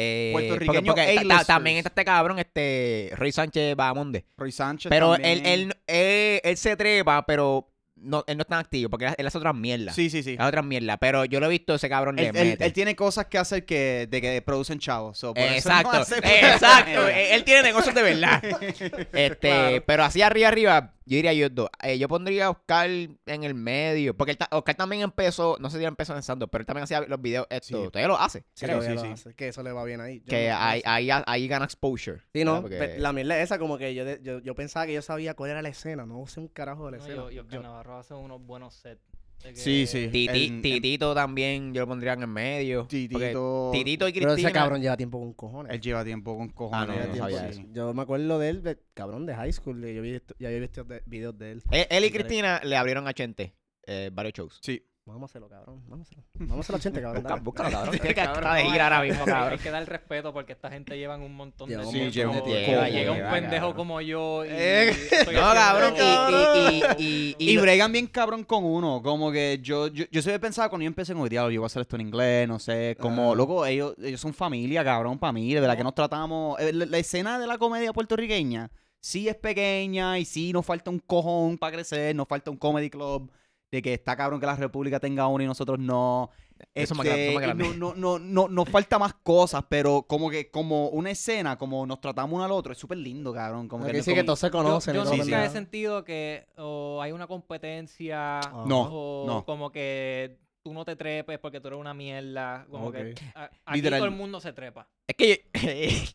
Speaker 1: Eh, porque-
Speaker 3: Puertorriqueño
Speaker 1: porque ta- ta-
Speaker 3: A-listers.
Speaker 1: también está este cabrón, este Roy Sánchez Bahamonde.
Speaker 3: Roy Sánchez
Speaker 1: Pero
Speaker 3: también.
Speaker 1: él, él, él, él se trepa, pero no, él no es tan activo porque él hace otras mierdas.
Speaker 3: Sí, sí, sí.
Speaker 1: Hace otras mierdas. Pero yo lo he visto, ese cabrón le
Speaker 3: Él, él-
Speaker 1: mete.
Speaker 3: él tiene cosas que hacer que, de que producen chavos. so, por eso no
Speaker 1: Exacto,
Speaker 3: hace-
Speaker 1: exacto. Eh, Él tiene negocios de verdad. Este,
Speaker 2: Claro.
Speaker 1: pero así arriba, arriba, yo diría yo dos. Eh, yo pondría a Oscar en el medio. Porque él ta- Oscar también empezó, no sé si empezó en Santos, pero él también hacía los videos estos.
Speaker 3: Sí.
Speaker 1: Todavía lo hace.
Speaker 2: Sí,
Speaker 1: creo.
Speaker 2: todavía
Speaker 3: sí,
Speaker 2: lo
Speaker 3: sí.
Speaker 2: hace, Que eso le va bien ahí. Yo
Speaker 1: Que
Speaker 2: no- no
Speaker 1: ahí,
Speaker 2: sé.
Speaker 1: ahí, ahí gana exposure.
Speaker 2: Sí, no,
Speaker 1: ¿sabes? Porque-
Speaker 2: pe- la mierda es esa, como que yo, de- yo, yo pensaba que yo sabía cuál era la escena, no sé un carajo de la
Speaker 4: No,
Speaker 2: escena.
Speaker 4: yo, yo, que
Speaker 2: Yo-
Speaker 4: Navarro hace unos buenos sets. de que-
Speaker 3: Sí, sí.
Speaker 1: Titi-
Speaker 3: En- en-
Speaker 1: Titito también, yo lo pondría en el medio. porque
Speaker 3: Titito.
Speaker 1: Titito y
Speaker 2: Pero
Speaker 1: Cristina.
Speaker 2: ese cabrón lleva tiempo con cojones.
Speaker 3: Él lleva tiempo con cojones.
Speaker 1: Ah, no,
Speaker 3: lleva
Speaker 1: no
Speaker 3: tiempo,
Speaker 1: sabía
Speaker 3: sí.
Speaker 2: Yo me acuerdo de él, de- cabrón, de high school, de- yo vi, esto- ya había visto de- videos de él.
Speaker 1: e-, Él, él y Cristina le abrieron a Chente eh, varios shows.
Speaker 3: Sí.
Speaker 2: Vámonoselo, cabrón, vámonoselo. Vámonoselo, gente, cabrón.
Speaker 1: Busca-
Speaker 2: dale.
Speaker 1: Búscalo, cabrón. Tiene que
Speaker 2: Cabrón,
Speaker 1: estar de gira ahora mismo,
Speaker 4: Hay-
Speaker 1: cabrón.
Speaker 4: Hay que dar respeto porque esta gente llevan un montón de
Speaker 2: Lleva un
Speaker 4: tiempo.
Speaker 3: montón de
Speaker 4: Llega-
Speaker 3: tiempo.
Speaker 4: llega,
Speaker 3: Lleva,
Speaker 4: un
Speaker 1: lleva,
Speaker 4: pendejo
Speaker 1: cabrón.
Speaker 4: como yo y,
Speaker 3: Eh,
Speaker 4: estoy
Speaker 1: No, cabrón.
Speaker 4: haciendo-
Speaker 1: Y, y, y, y,
Speaker 3: Y,
Speaker 1: y lo-
Speaker 3: bregan bien cabrón con uno. Como que yo, yo, yo siempre pensaba cuando yo empecé con el diablo, yo voy a hacer esto en inglés, no sé. Como,
Speaker 2: Ah.
Speaker 3: loco, ellos, ellos son familia, cabrón, para mí. De verdad que nos tratamos. eh, La, la escena de la comedia puertorriqueña sí es pequeña y sí nos falta un cojón para crecer, nos falta un comedy club. De que está cabrón que la República tenga uno y nosotros no.
Speaker 1: Eso es más
Speaker 3: Este,
Speaker 1: grande, eso es más
Speaker 3: y No, no, no, no, nos falta más cosas, pero como que, como una escena, como nos tratamos uno al otro, es súper lindo, cabrón. Como
Speaker 2: Como que
Speaker 3: no-
Speaker 2: sí, que
Speaker 3: como-
Speaker 2: todos se
Speaker 4: Yo,
Speaker 2: conocen.
Speaker 4: yo
Speaker 2: y todo,
Speaker 3: sí,
Speaker 4: nunca
Speaker 3: sí.
Speaker 2: ¿verdad?
Speaker 4: he sentido que o hay una competencia
Speaker 3: No,
Speaker 4: o
Speaker 3: no.
Speaker 4: como que tú no te trepes porque tú eres una mierda. Como
Speaker 2: Ok.
Speaker 4: que a- aquí
Speaker 3: Literal.
Speaker 4: todo el mundo se trepa.
Speaker 1: es que yo-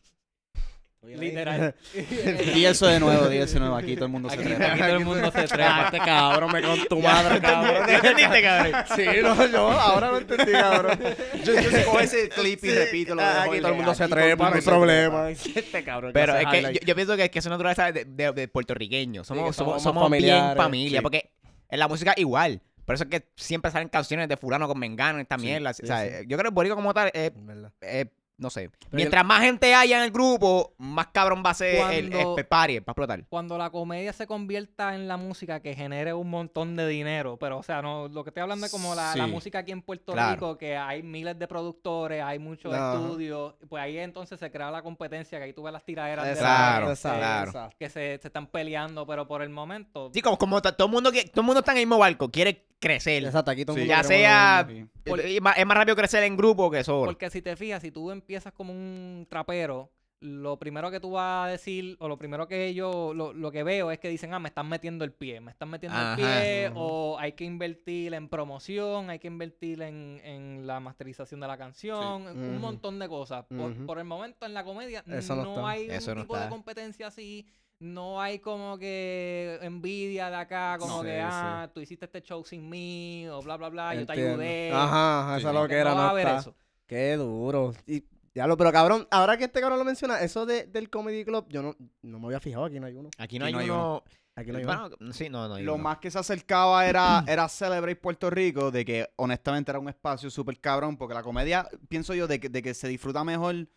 Speaker 2: Oye, ahí.
Speaker 4: Literal.
Speaker 3: Di eso de nuevo, di eso de nuevo. Aquí todo el mundo se
Speaker 4: Aquí,
Speaker 3: trepa.
Speaker 4: aquí todo el mundo se
Speaker 2: Ah,
Speaker 4: trepa.
Speaker 2: este cabrón, me con tu madre, cabrón. entendiste, cabrón? Sí, no, yo ahora lo entendí, cabrón.
Speaker 3: Yo, yo saco ese clip y repito lo
Speaker 1: Ah,
Speaker 3: de
Speaker 2: Aquí
Speaker 3: Jorge.
Speaker 2: todo el mundo se
Speaker 3: Aquí todo el
Speaker 2: trepa, no
Speaker 3: mundo
Speaker 2: hay
Speaker 3: se
Speaker 2: problema. Este cabrón.
Speaker 1: Pero es
Speaker 2: hace
Speaker 1: que
Speaker 2: highlight.
Speaker 1: yo, yo pienso que, que es una naturaleza de, de, de puertorriqueños. Somos,
Speaker 2: que
Speaker 1: somos,
Speaker 2: somos
Speaker 1: somos
Speaker 2: más
Speaker 1: bien
Speaker 2: familiares,
Speaker 1: familia.
Speaker 2: sí.
Speaker 1: Porque en la música igual. Por eso es que siempre salen canciones de fulano con mengano, esta mierda.
Speaker 2: sí,
Speaker 1: o sea,
Speaker 2: sí.
Speaker 1: eh, Yo creo que el boricua como tal, eh,
Speaker 2: ¿Verdad?
Speaker 1: eh, no sé.
Speaker 2: yo-
Speaker 1: Mientras más gente haya en el grupo, más cabrón va a ser el,
Speaker 4: Cuando-
Speaker 1: el party, va a explotar.
Speaker 4: Cuando la comedia se convierta en la música que genere un montón de dinero, pero o sea, no, lo que estoy hablando es como la, la
Speaker 3: Sí.
Speaker 4: música aquí en Puerto
Speaker 1: Claro.
Speaker 4: Rico, que hay miles de productores, hay muchos
Speaker 2: Ajá.
Speaker 4: estudios, pues ahí entonces se crea la competencia, que ahí tú ves las tiraderas de
Speaker 1: Claro,
Speaker 4: la gente
Speaker 1: claro.
Speaker 4: que se, se están peleando, pero por el momento...
Speaker 1: Sí, como, como ta- todo el mundo que, todo el mundo está en el mismo barco, quiere crecer.
Speaker 2: Exacto, aquí todo el
Speaker 1: Sí.
Speaker 2: mundo
Speaker 1: Ya
Speaker 2: queremos
Speaker 1: sea-
Speaker 2: lo mismo.
Speaker 3: trepa.
Speaker 1: Eh, eh, más- Es más rápido crecer en grupo que solo.
Speaker 4: Porque si te fijas, si tú empiezas como un trapero, lo primero que tú vas a decir, o lo primero que yo, lo, lo que veo es que dicen, ah, me están metiendo el pie, me están metiendo
Speaker 1: Ajá.
Speaker 4: el pie,
Speaker 2: Ujú.
Speaker 4: o hay que invertir en promoción, hay que invertir en, en la masterización de la canción, un
Speaker 2: Ujú.
Speaker 4: montón de cosas. Por,
Speaker 2: Ujú.
Speaker 4: por el momento en la comedia
Speaker 2: Eso no
Speaker 4: no,
Speaker 2: está.
Speaker 4: hay
Speaker 1: Eso
Speaker 4: un
Speaker 1: no
Speaker 4: tipo de
Speaker 1: está.
Speaker 4: competencia así. No hay como que envidia de acá, como
Speaker 2: No. Sí,
Speaker 4: que,
Speaker 2: sí.
Speaker 4: ah, tú hiciste este show sin mí, o bla, bla, bla, yo te
Speaker 2: Entiendo.
Speaker 4: ayudé.
Speaker 2: Ajá, ajá,
Speaker 3: Sí.
Speaker 2: esa es
Speaker 4: Como
Speaker 2: lo
Speaker 4: que
Speaker 2: que era,
Speaker 4: no va a
Speaker 2: no
Speaker 4: haber
Speaker 2: está.
Speaker 4: eso.
Speaker 2: Qué duro. Y, ya lo, pero cabrón, ahora que este cabrón lo menciona, eso de, del Comedy Club, yo no, no me había fijado, aquí no hay uno.
Speaker 1: Aquí no
Speaker 3: Aquí
Speaker 1: hay, uno.
Speaker 2: Aquí no hay uno.
Speaker 1: Bueno, sí, no, no hay
Speaker 3: Lo
Speaker 1: uno.
Speaker 3: más que se acercaba era, era Celebrate Puerto Rico, de que honestamente era un espacio súper cabrón, porque la comedia, pienso yo, de que, de que se disfruta mejor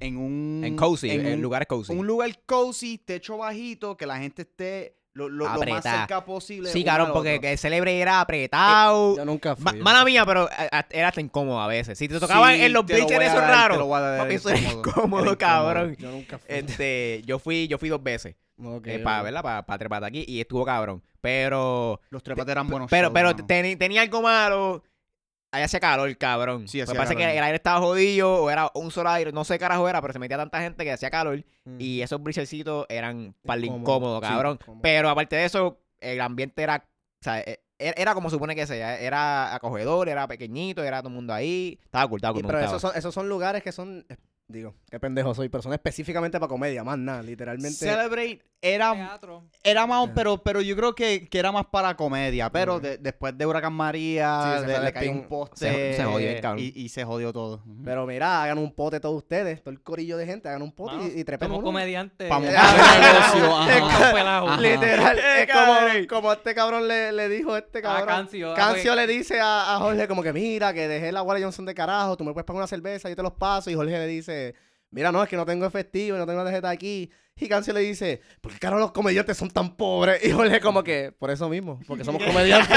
Speaker 3: en un...
Speaker 1: En cozy, en,
Speaker 3: un,
Speaker 1: lugares cozy.
Speaker 3: un lugar cozy, techo bajito, que la gente esté lo, lo- lo más
Speaker 1: Apretá.
Speaker 3: cerca posible.
Speaker 1: Sí,
Speaker 3: uno
Speaker 1: cabrón,
Speaker 3: al
Speaker 1: porque
Speaker 3: otro.
Speaker 1: el célebre era apretado.
Speaker 3: Eh,
Speaker 2: Yo nunca fui.
Speaker 1: Ma- mala mía, pero a- a- era hasta incómodo a veces. Si te tocaban
Speaker 3: Sí,
Speaker 1: en los
Speaker 3: te lo voy
Speaker 1: bleachers
Speaker 3: a
Speaker 1: esos
Speaker 3: dar, te lo
Speaker 1: raros.
Speaker 3: voy a dar,
Speaker 1: papi,
Speaker 3: era
Speaker 1: eso era
Speaker 3: incómodo.
Speaker 1: incómodo,
Speaker 2: Era incómodo.
Speaker 1: cabrón.
Speaker 2: Yo nunca fui.
Speaker 1: Este, yo fui, yo fui dos veces eh,
Speaker 2: Ok,
Speaker 1: para
Speaker 2: ok.
Speaker 1: verla, para trepar aquí y estuvo cabrón. Pero,
Speaker 3: Los trepates eran buenos.
Speaker 1: pero,
Speaker 3: shows,
Speaker 1: pero
Speaker 3: mano.
Speaker 1: teni- tenía algo malo. Ahí hacía calor, cabrón.
Speaker 3: Sí,
Speaker 1: Me
Speaker 3: hacía
Speaker 1: parece
Speaker 3: calor.
Speaker 1: que el aire estaba jodido o era un solo aire, no sé qué carajo era, pero se metía tanta gente que hacía calor
Speaker 2: Mm.
Speaker 1: y esos brisercitos eran para
Speaker 2: Incómodo,
Speaker 1: incómodo,
Speaker 2: sí,
Speaker 1: cabrón.
Speaker 2: incómodo.
Speaker 1: Pero aparte de eso, el ambiente era, o sea, e- era, como supone que sea, era acogedor, era pequeñito, era todo el mundo ahí, estaba ocultado.
Speaker 2: Y, pero esos son, esos son lugares que son. eh, Digo, qué pendejo soy, pero son específicamente para comedia, más nada, literalmente.
Speaker 3: Celebrate era,
Speaker 4: Teatro.
Speaker 3: era más,
Speaker 2: Ya.
Speaker 3: pero, pero yo creo que, que era más para comedia. Pero
Speaker 2: Ok.
Speaker 3: de- después de Huracán María,
Speaker 2: Sí, se
Speaker 3: de-
Speaker 2: fue
Speaker 3: le
Speaker 2: de
Speaker 3: cayó
Speaker 2: pin.
Speaker 3: un poste.
Speaker 1: Se- se jodió el cabrón.
Speaker 3: y, y se jodió todo.
Speaker 2: Pero mira, hagan un pote todos ustedes, todo el corillo de gente, hagan un pote
Speaker 4: Mano,
Speaker 2: y, y trepen
Speaker 4: Como
Speaker 2: uno.
Speaker 4: comediante.
Speaker 3: Vamos
Speaker 4: eh,
Speaker 3: a ver el negocio,
Speaker 4: vamos
Speaker 3: ajá.
Speaker 4: a pelado.
Speaker 3: Ajá.
Speaker 2: Literal,
Speaker 1: Eh,
Speaker 2: es como,
Speaker 1: cabrón.
Speaker 2: como este cabrón le, le dijo a este
Speaker 4: Ah,
Speaker 2: cabrón.
Speaker 4: Cancio. ah,
Speaker 2: Cancio
Speaker 4: pues,
Speaker 2: le dice a, a Jorge como que mira, que dejé la Wally Johnson de carajo, tú me puedes pagar una cerveza, yo te los paso. Y Jorge le dice, mira, no, es que no tengo efectivo, no tengo tarjeta aquí. Y Cancio le dice, ¿por qué caro los comediantes son tan pobres? Y Jorge como que, por eso mismo, porque somos comediantes.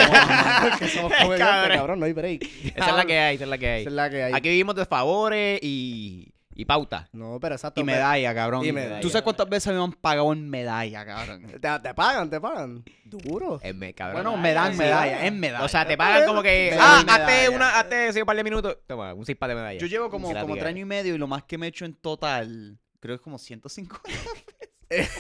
Speaker 2: porque somos comediantes,
Speaker 1: Cabrón.
Speaker 2: cabrón, no hay break.
Speaker 1: Esa es la que hay, esa es la que hay.
Speaker 2: Esa es la que hay.
Speaker 1: Aquí vivimos de favores y, y pauta.
Speaker 2: No, pero exacto.
Speaker 3: Y medalla, cabrón.
Speaker 2: Y medalla.
Speaker 3: ¿Tú sabes cuántas veces me han pagado en medalla, cabrón?
Speaker 2: Te, te pagan, te pagan. Duro.
Speaker 1: Es Eh, me, cabrón.
Speaker 3: Bueno, me dan
Speaker 4: sí.
Speaker 3: medalla, en medalla.
Speaker 1: o sea, te pagan como que.
Speaker 3: Me
Speaker 1: Ah,
Speaker 3: dan
Speaker 1: hazte
Speaker 3: medalla.
Speaker 1: una, hazte sí, un par de minutos. Toma, un cispa de medalla.
Speaker 3: yo llevo como,
Speaker 1: Y la
Speaker 3: como
Speaker 1: tira.
Speaker 3: tres años y medio y lo más que me he hecho en total, creo que es como 150.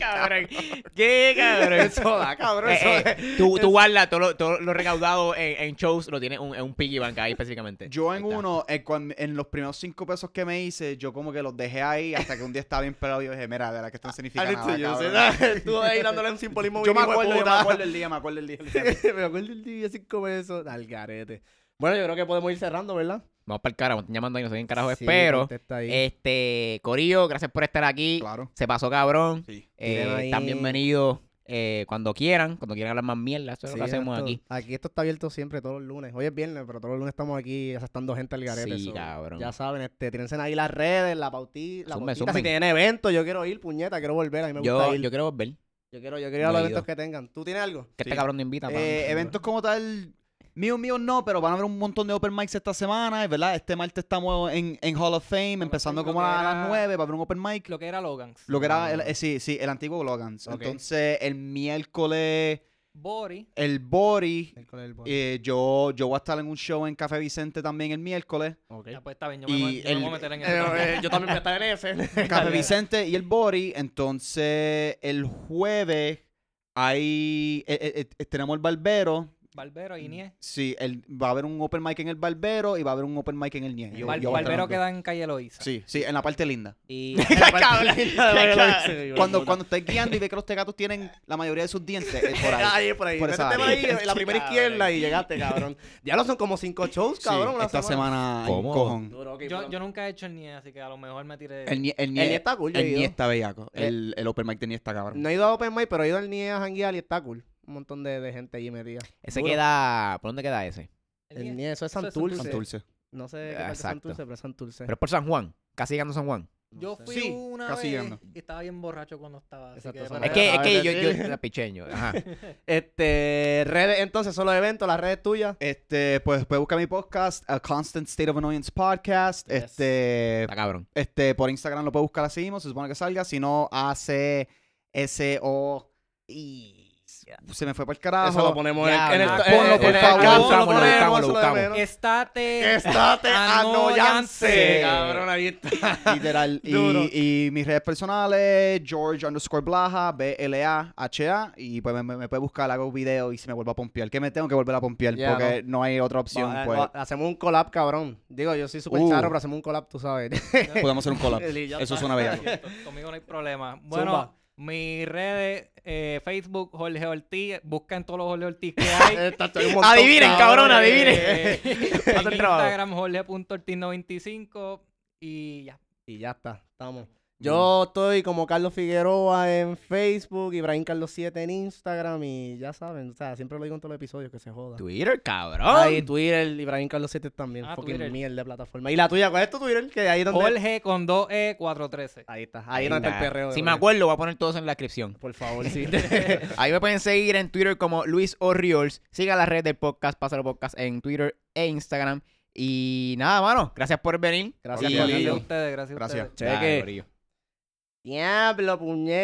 Speaker 1: cabrón. ¿Qué, cabrón?
Speaker 2: Eso da, cabrón. Eso
Speaker 1: Eh, eh,
Speaker 2: da.
Speaker 1: tú, tú guardas todo lo, todo lo recaudado en, en shows, lo tienes un- en un piggy bank ahí específicamente.
Speaker 3: Yo
Speaker 1: Ahí
Speaker 3: en
Speaker 1: está.
Speaker 3: uno, eh, cuan- en los primeros cinco pesos que me hice, yo como que los dejé ahí hasta que un día estaba bien pelado y yo dije, mira, de la que esto Ah, no significa nada, cabrón".
Speaker 2: Tú ahí dándole un simbolismo
Speaker 3: Yo me
Speaker 2: bien
Speaker 3: acuerdo, yo me
Speaker 2: hijueputa.
Speaker 3: acuerdo el día, me acuerdo el día.
Speaker 2: me acuerdo el día así como eso. Al garete. Bueno, yo creo que podemos ir cerrando, ¿verdad?
Speaker 1: Vamos para el carajo, me están llamando y no sé quién carajo es.
Speaker 2: Sí,
Speaker 1: Pero,
Speaker 2: contesta ahí.
Speaker 1: este, Corillo, gracias por estar aquí.
Speaker 3: Claro.
Speaker 1: Se pasó cabrón.
Speaker 3: Sí.
Speaker 1: Eh,
Speaker 2: Tiren ahí.
Speaker 1: están bienvenidos eh, cuando quieran, cuando quieran hablar más mierda. Eso es
Speaker 2: Sí,
Speaker 1: lo que hacemos
Speaker 2: exacto.
Speaker 1: aquí.
Speaker 2: Aquí esto está abierto siempre, todos los lunes. Hoy es viernes, pero todos los lunes estamos aquí aceptando gente al garete.
Speaker 1: Sí,
Speaker 2: so,
Speaker 1: cabrón.
Speaker 2: Ya saben, este, tírense ahí las redes, la pautita. La
Speaker 1: Zumben,
Speaker 2: pautita. Si
Speaker 1: zumben.
Speaker 2: tienen eventos, yo quiero ir, puñeta, quiero volver. A mí me
Speaker 1: Yo,
Speaker 2: gusta ir.
Speaker 1: yo
Speaker 2: Yo,
Speaker 1: quiero volver.
Speaker 2: quiero, yo quiero ir a
Speaker 1: no
Speaker 2: los
Speaker 1: he
Speaker 2: eventos
Speaker 1: ido.
Speaker 2: que tengan. ¿Tú tienes algo?
Speaker 1: Que
Speaker 3: Sí.
Speaker 1: este cabrón no invita. pa.
Speaker 3: Eh, eventos como tal, mío, mío no, pero van a haber un montón de open mics esta semana, es ¿verdad? Este martes estamos en, en Hall of Fame, empezando
Speaker 4: Fame, lo
Speaker 3: como a
Speaker 4: que era-
Speaker 3: las 9, va a haber un open mic.
Speaker 4: Lo Ah. que era Logans.
Speaker 3: Lo que era, el, eh, sí, sí, el antiguo Logans.
Speaker 2: Ok.
Speaker 3: Entonces, el miércoles,
Speaker 4: Bori.
Speaker 3: el Bori,
Speaker 2: Eh,
Speaker 3: eh, yo, yo voy a estar en un show en Café Vicente también el miércoles.
Speaker 4: Ya pues está bien, yo me,
Speaker 3: Y
Speaker 4: voy- yo me
Speaker 3: el-
Speaker 4: voy a meter en eso. también.
Speaker 2: eh, yo también voy a estar en ese.
Speaker 3: Café Vicente y el Bori. Entonces, el jueves ahí eh, eh, eh, tenemos el barbero.
Speaker 4: Barbero, Inies.
Speaker 3: Sí, el, va a haber un open mic en el barbero y va a haber un open mic en el Nie. Yo-
Speaker 4: Bar-
Speaker 3: yo voy a estar
Speaker 4: Barbero
Speaker 3: en los dos.
Speaker 4: queda en calle Loiza.
Speaker 3: Sí, sí, en la parte linda.
Speaker 1: Y-
Speaker 3: Cuando, cuando estés guiando y ve que los tecatos tienen la mayoría de sus dientes, es por ahí.
Speaker 2: por ahí.
Speaker 3: Por esa
Speaker 2: Métete
Speaker 3: área.
Speaker 2: ahí en la primera izquierda y llegaste, cabrón. Ya lo son como cinco shows,
Speaker 3: Sí,
Speaker 2: cabrón. una
Speaker 3: esta semana, hay un
Speaker 1: Cómodo.
Speaker 3: cojón.
Speaker 2: Duro, ok,
Speaker 4: Yo,
Speaker 2: bueno.
Speaker 4: yo nunca he hecho el NIE, así que a lo mejor me tiré.
Speaker 3: El Nie, el Nie,
Speaker 2: El Nie está cool, yo he
Speaker 3: el
Speaker 2: ido.
Speaker 3: Nie está bellaco.
Speaker 2: Eh.
Speaker 3: El, el open mic de Nie está cabrón.
Speaker 2: No he ido a Open Mic, pero he ido al NIE a janguear y está cool. Un montón de, de gente allí metida.
Speaker 1: ese
Speaker 2: Duro.
Speaker 1: queda. ¿Por dónde queda ese?
Speaker 4: El
Speaker 2: El
Speaker 4: NIE.
Speaker 2: NIE, eso es
Speaker 4: Eso es
Speaker 2: Santurce.
Speaker 4: Santurce.
Speaker 3: Dulce.
Speaker 2: No sé qué parte es
Speaker 1: Exacto.
Speaker 2: Santurce, pero es Santurce.
Speaker 1: Pero es por San Juan. Casi llegando a San Juan.
Speaker 2: No
Speaker 4: Yo
Speaker 2: sé.
Speaker 4: fui
Speaker 3: Sí,
Speaker 4: una
Speaker 3: casi
Speaker 4: vez
Speaker 3: llegando.
Speaker 4: y estaba bien borracho cuando estaba. así
Speaker 2: Exacto,
Speaker 4: que
Speaker 2: eso
Speaker 4: para-
Speaker 1: Es que, es
Speaker 2: a
Speaker 1: que
Speaker 2: ver,
Speaker 1: yo, yo
Speaker 2: sí.
Speaker 1: era picheño. Ajá.
Speaker 2: Este, redes, entonces, solo eventos, las redes tuyas.
Speaker 3: Este, pues puedes buscar mi podcast, A Constant State of Annoyance Podcast.
Speaker 2: Yes.
Speaker 3: Este,
Speaker 1: Está cabrón.
Speaker 3: este, por Instagram lo puedes buscar así mismo, se supone que salga. Si no, A C S O I. Se me fue para el carajo.
Speaker 2: Eso lo ponemos en el-
Speaker 1: Ya,
Speaker 2: en el.
Speaker 1: nada,
Speaker 2: en el-
Speaker 3: ponlo,
Speaker 2: en
Speaker 3: por
Speaker 2: el-
Speaker 3: favor.
Speaker 2: en el-
Speaker 3: Lo
Speaker 1: buscamos, lo
Speaker 2: ponemos,
Speaker 1: buscamos, lo
Speaker 2: eso de
Speaker 1: buscamos.
Speaker 2: menos.
Speaker 4: Estate.
Speaker 2: Estate ah,
Speaker 4: Anoyance.
Speaker 2: anoyance. Cabrón, ahí está.
Speaker 3: Literal.
Speaker 2: Duro.
Speaker 3: y, y mis redes personales, George underscore Blaha, B-L-A-H-A. Y pues me, me- me puedes buscar, hago video y si me vuelvo a pompear. Que me tengo que volver a pompear
Speaker 2: Ya,
Speaker 3: porque no. hay otra opción.
Speaker 2: Va-
Speaker 3: pues,
Speaker 2: va- hacemos un collab, cabrón. Digo, yo soy súper
Speaker 3: Uh.
Speaker 2: charro, pero hacemos un collab, tú sabes.
Speaker 3: podemos hacer un collab.
Speaker 2: Y ya
Speaker 3: Eso
Speaker 2: está.
Speaker 3: suena bellaco.
Speaker 4: Conmigo no hay problema. Bueno, mis redes, eh, Facebook, Jorge Ortiz. Busca en todos los Jorge Ortiz que hay.
Speaker 2: Está- hay un montón,
Speaker 1: Adivinen, cabrón, adivinen.
Speaker 4: Eh, en
Speaker 1: Otro trabajo.
Speaker 4: Instagram, jorge.ortiz95. Y ya.
Speaker 2: Y ya está, estamos. Yo estoy como Carlos Figueroa en Facebook, Ibrahim Carlos 7 en Instagram y ya saben, o sea, siempre lo digo en todos los episodios que se joda.
Speaker 1: Twitter, cabrón.
Speaker 2: Ay, Twitter, Ibrahim Carlos 7 también,
Speaker 4: Ah,
Speaker 2: fucking
Speaker 4: Twitter.
Speaker 2: mierda de plataforma. ¿Y la tuya cuál es tu Twitter? Que ahí es donde
Speaker 4: Jorge con E, 2E 413.
Speaker 2: Ahí está, ahí, no está el perreo. de
Speaker 1: Si me
Speaker 2: Jorge.
Speaker 1: acuerdo, voy a poner todos en la descripción.
Speaker 2: Por favor, sí.
Speaker 1: Ahí me pueden seguir en Twitter como Luis Orioles. Siga la red del podcast, Pásalo Podcast en Twitter e Instagram. Y nada, mano. Gracias por venir.
Speaker 2: Gracias
Speaker 1: Y-
Speaker 2: por
Speaker 4: Gracias a
Speaker 2: venir.
Speaker 4: ustedes, gracias a ustedes.
Speaker 1: Gracias.
Speaker 2: Cheque.
Speaker 1: Dale, corillo.
Speaker 2: Diablo, puñet.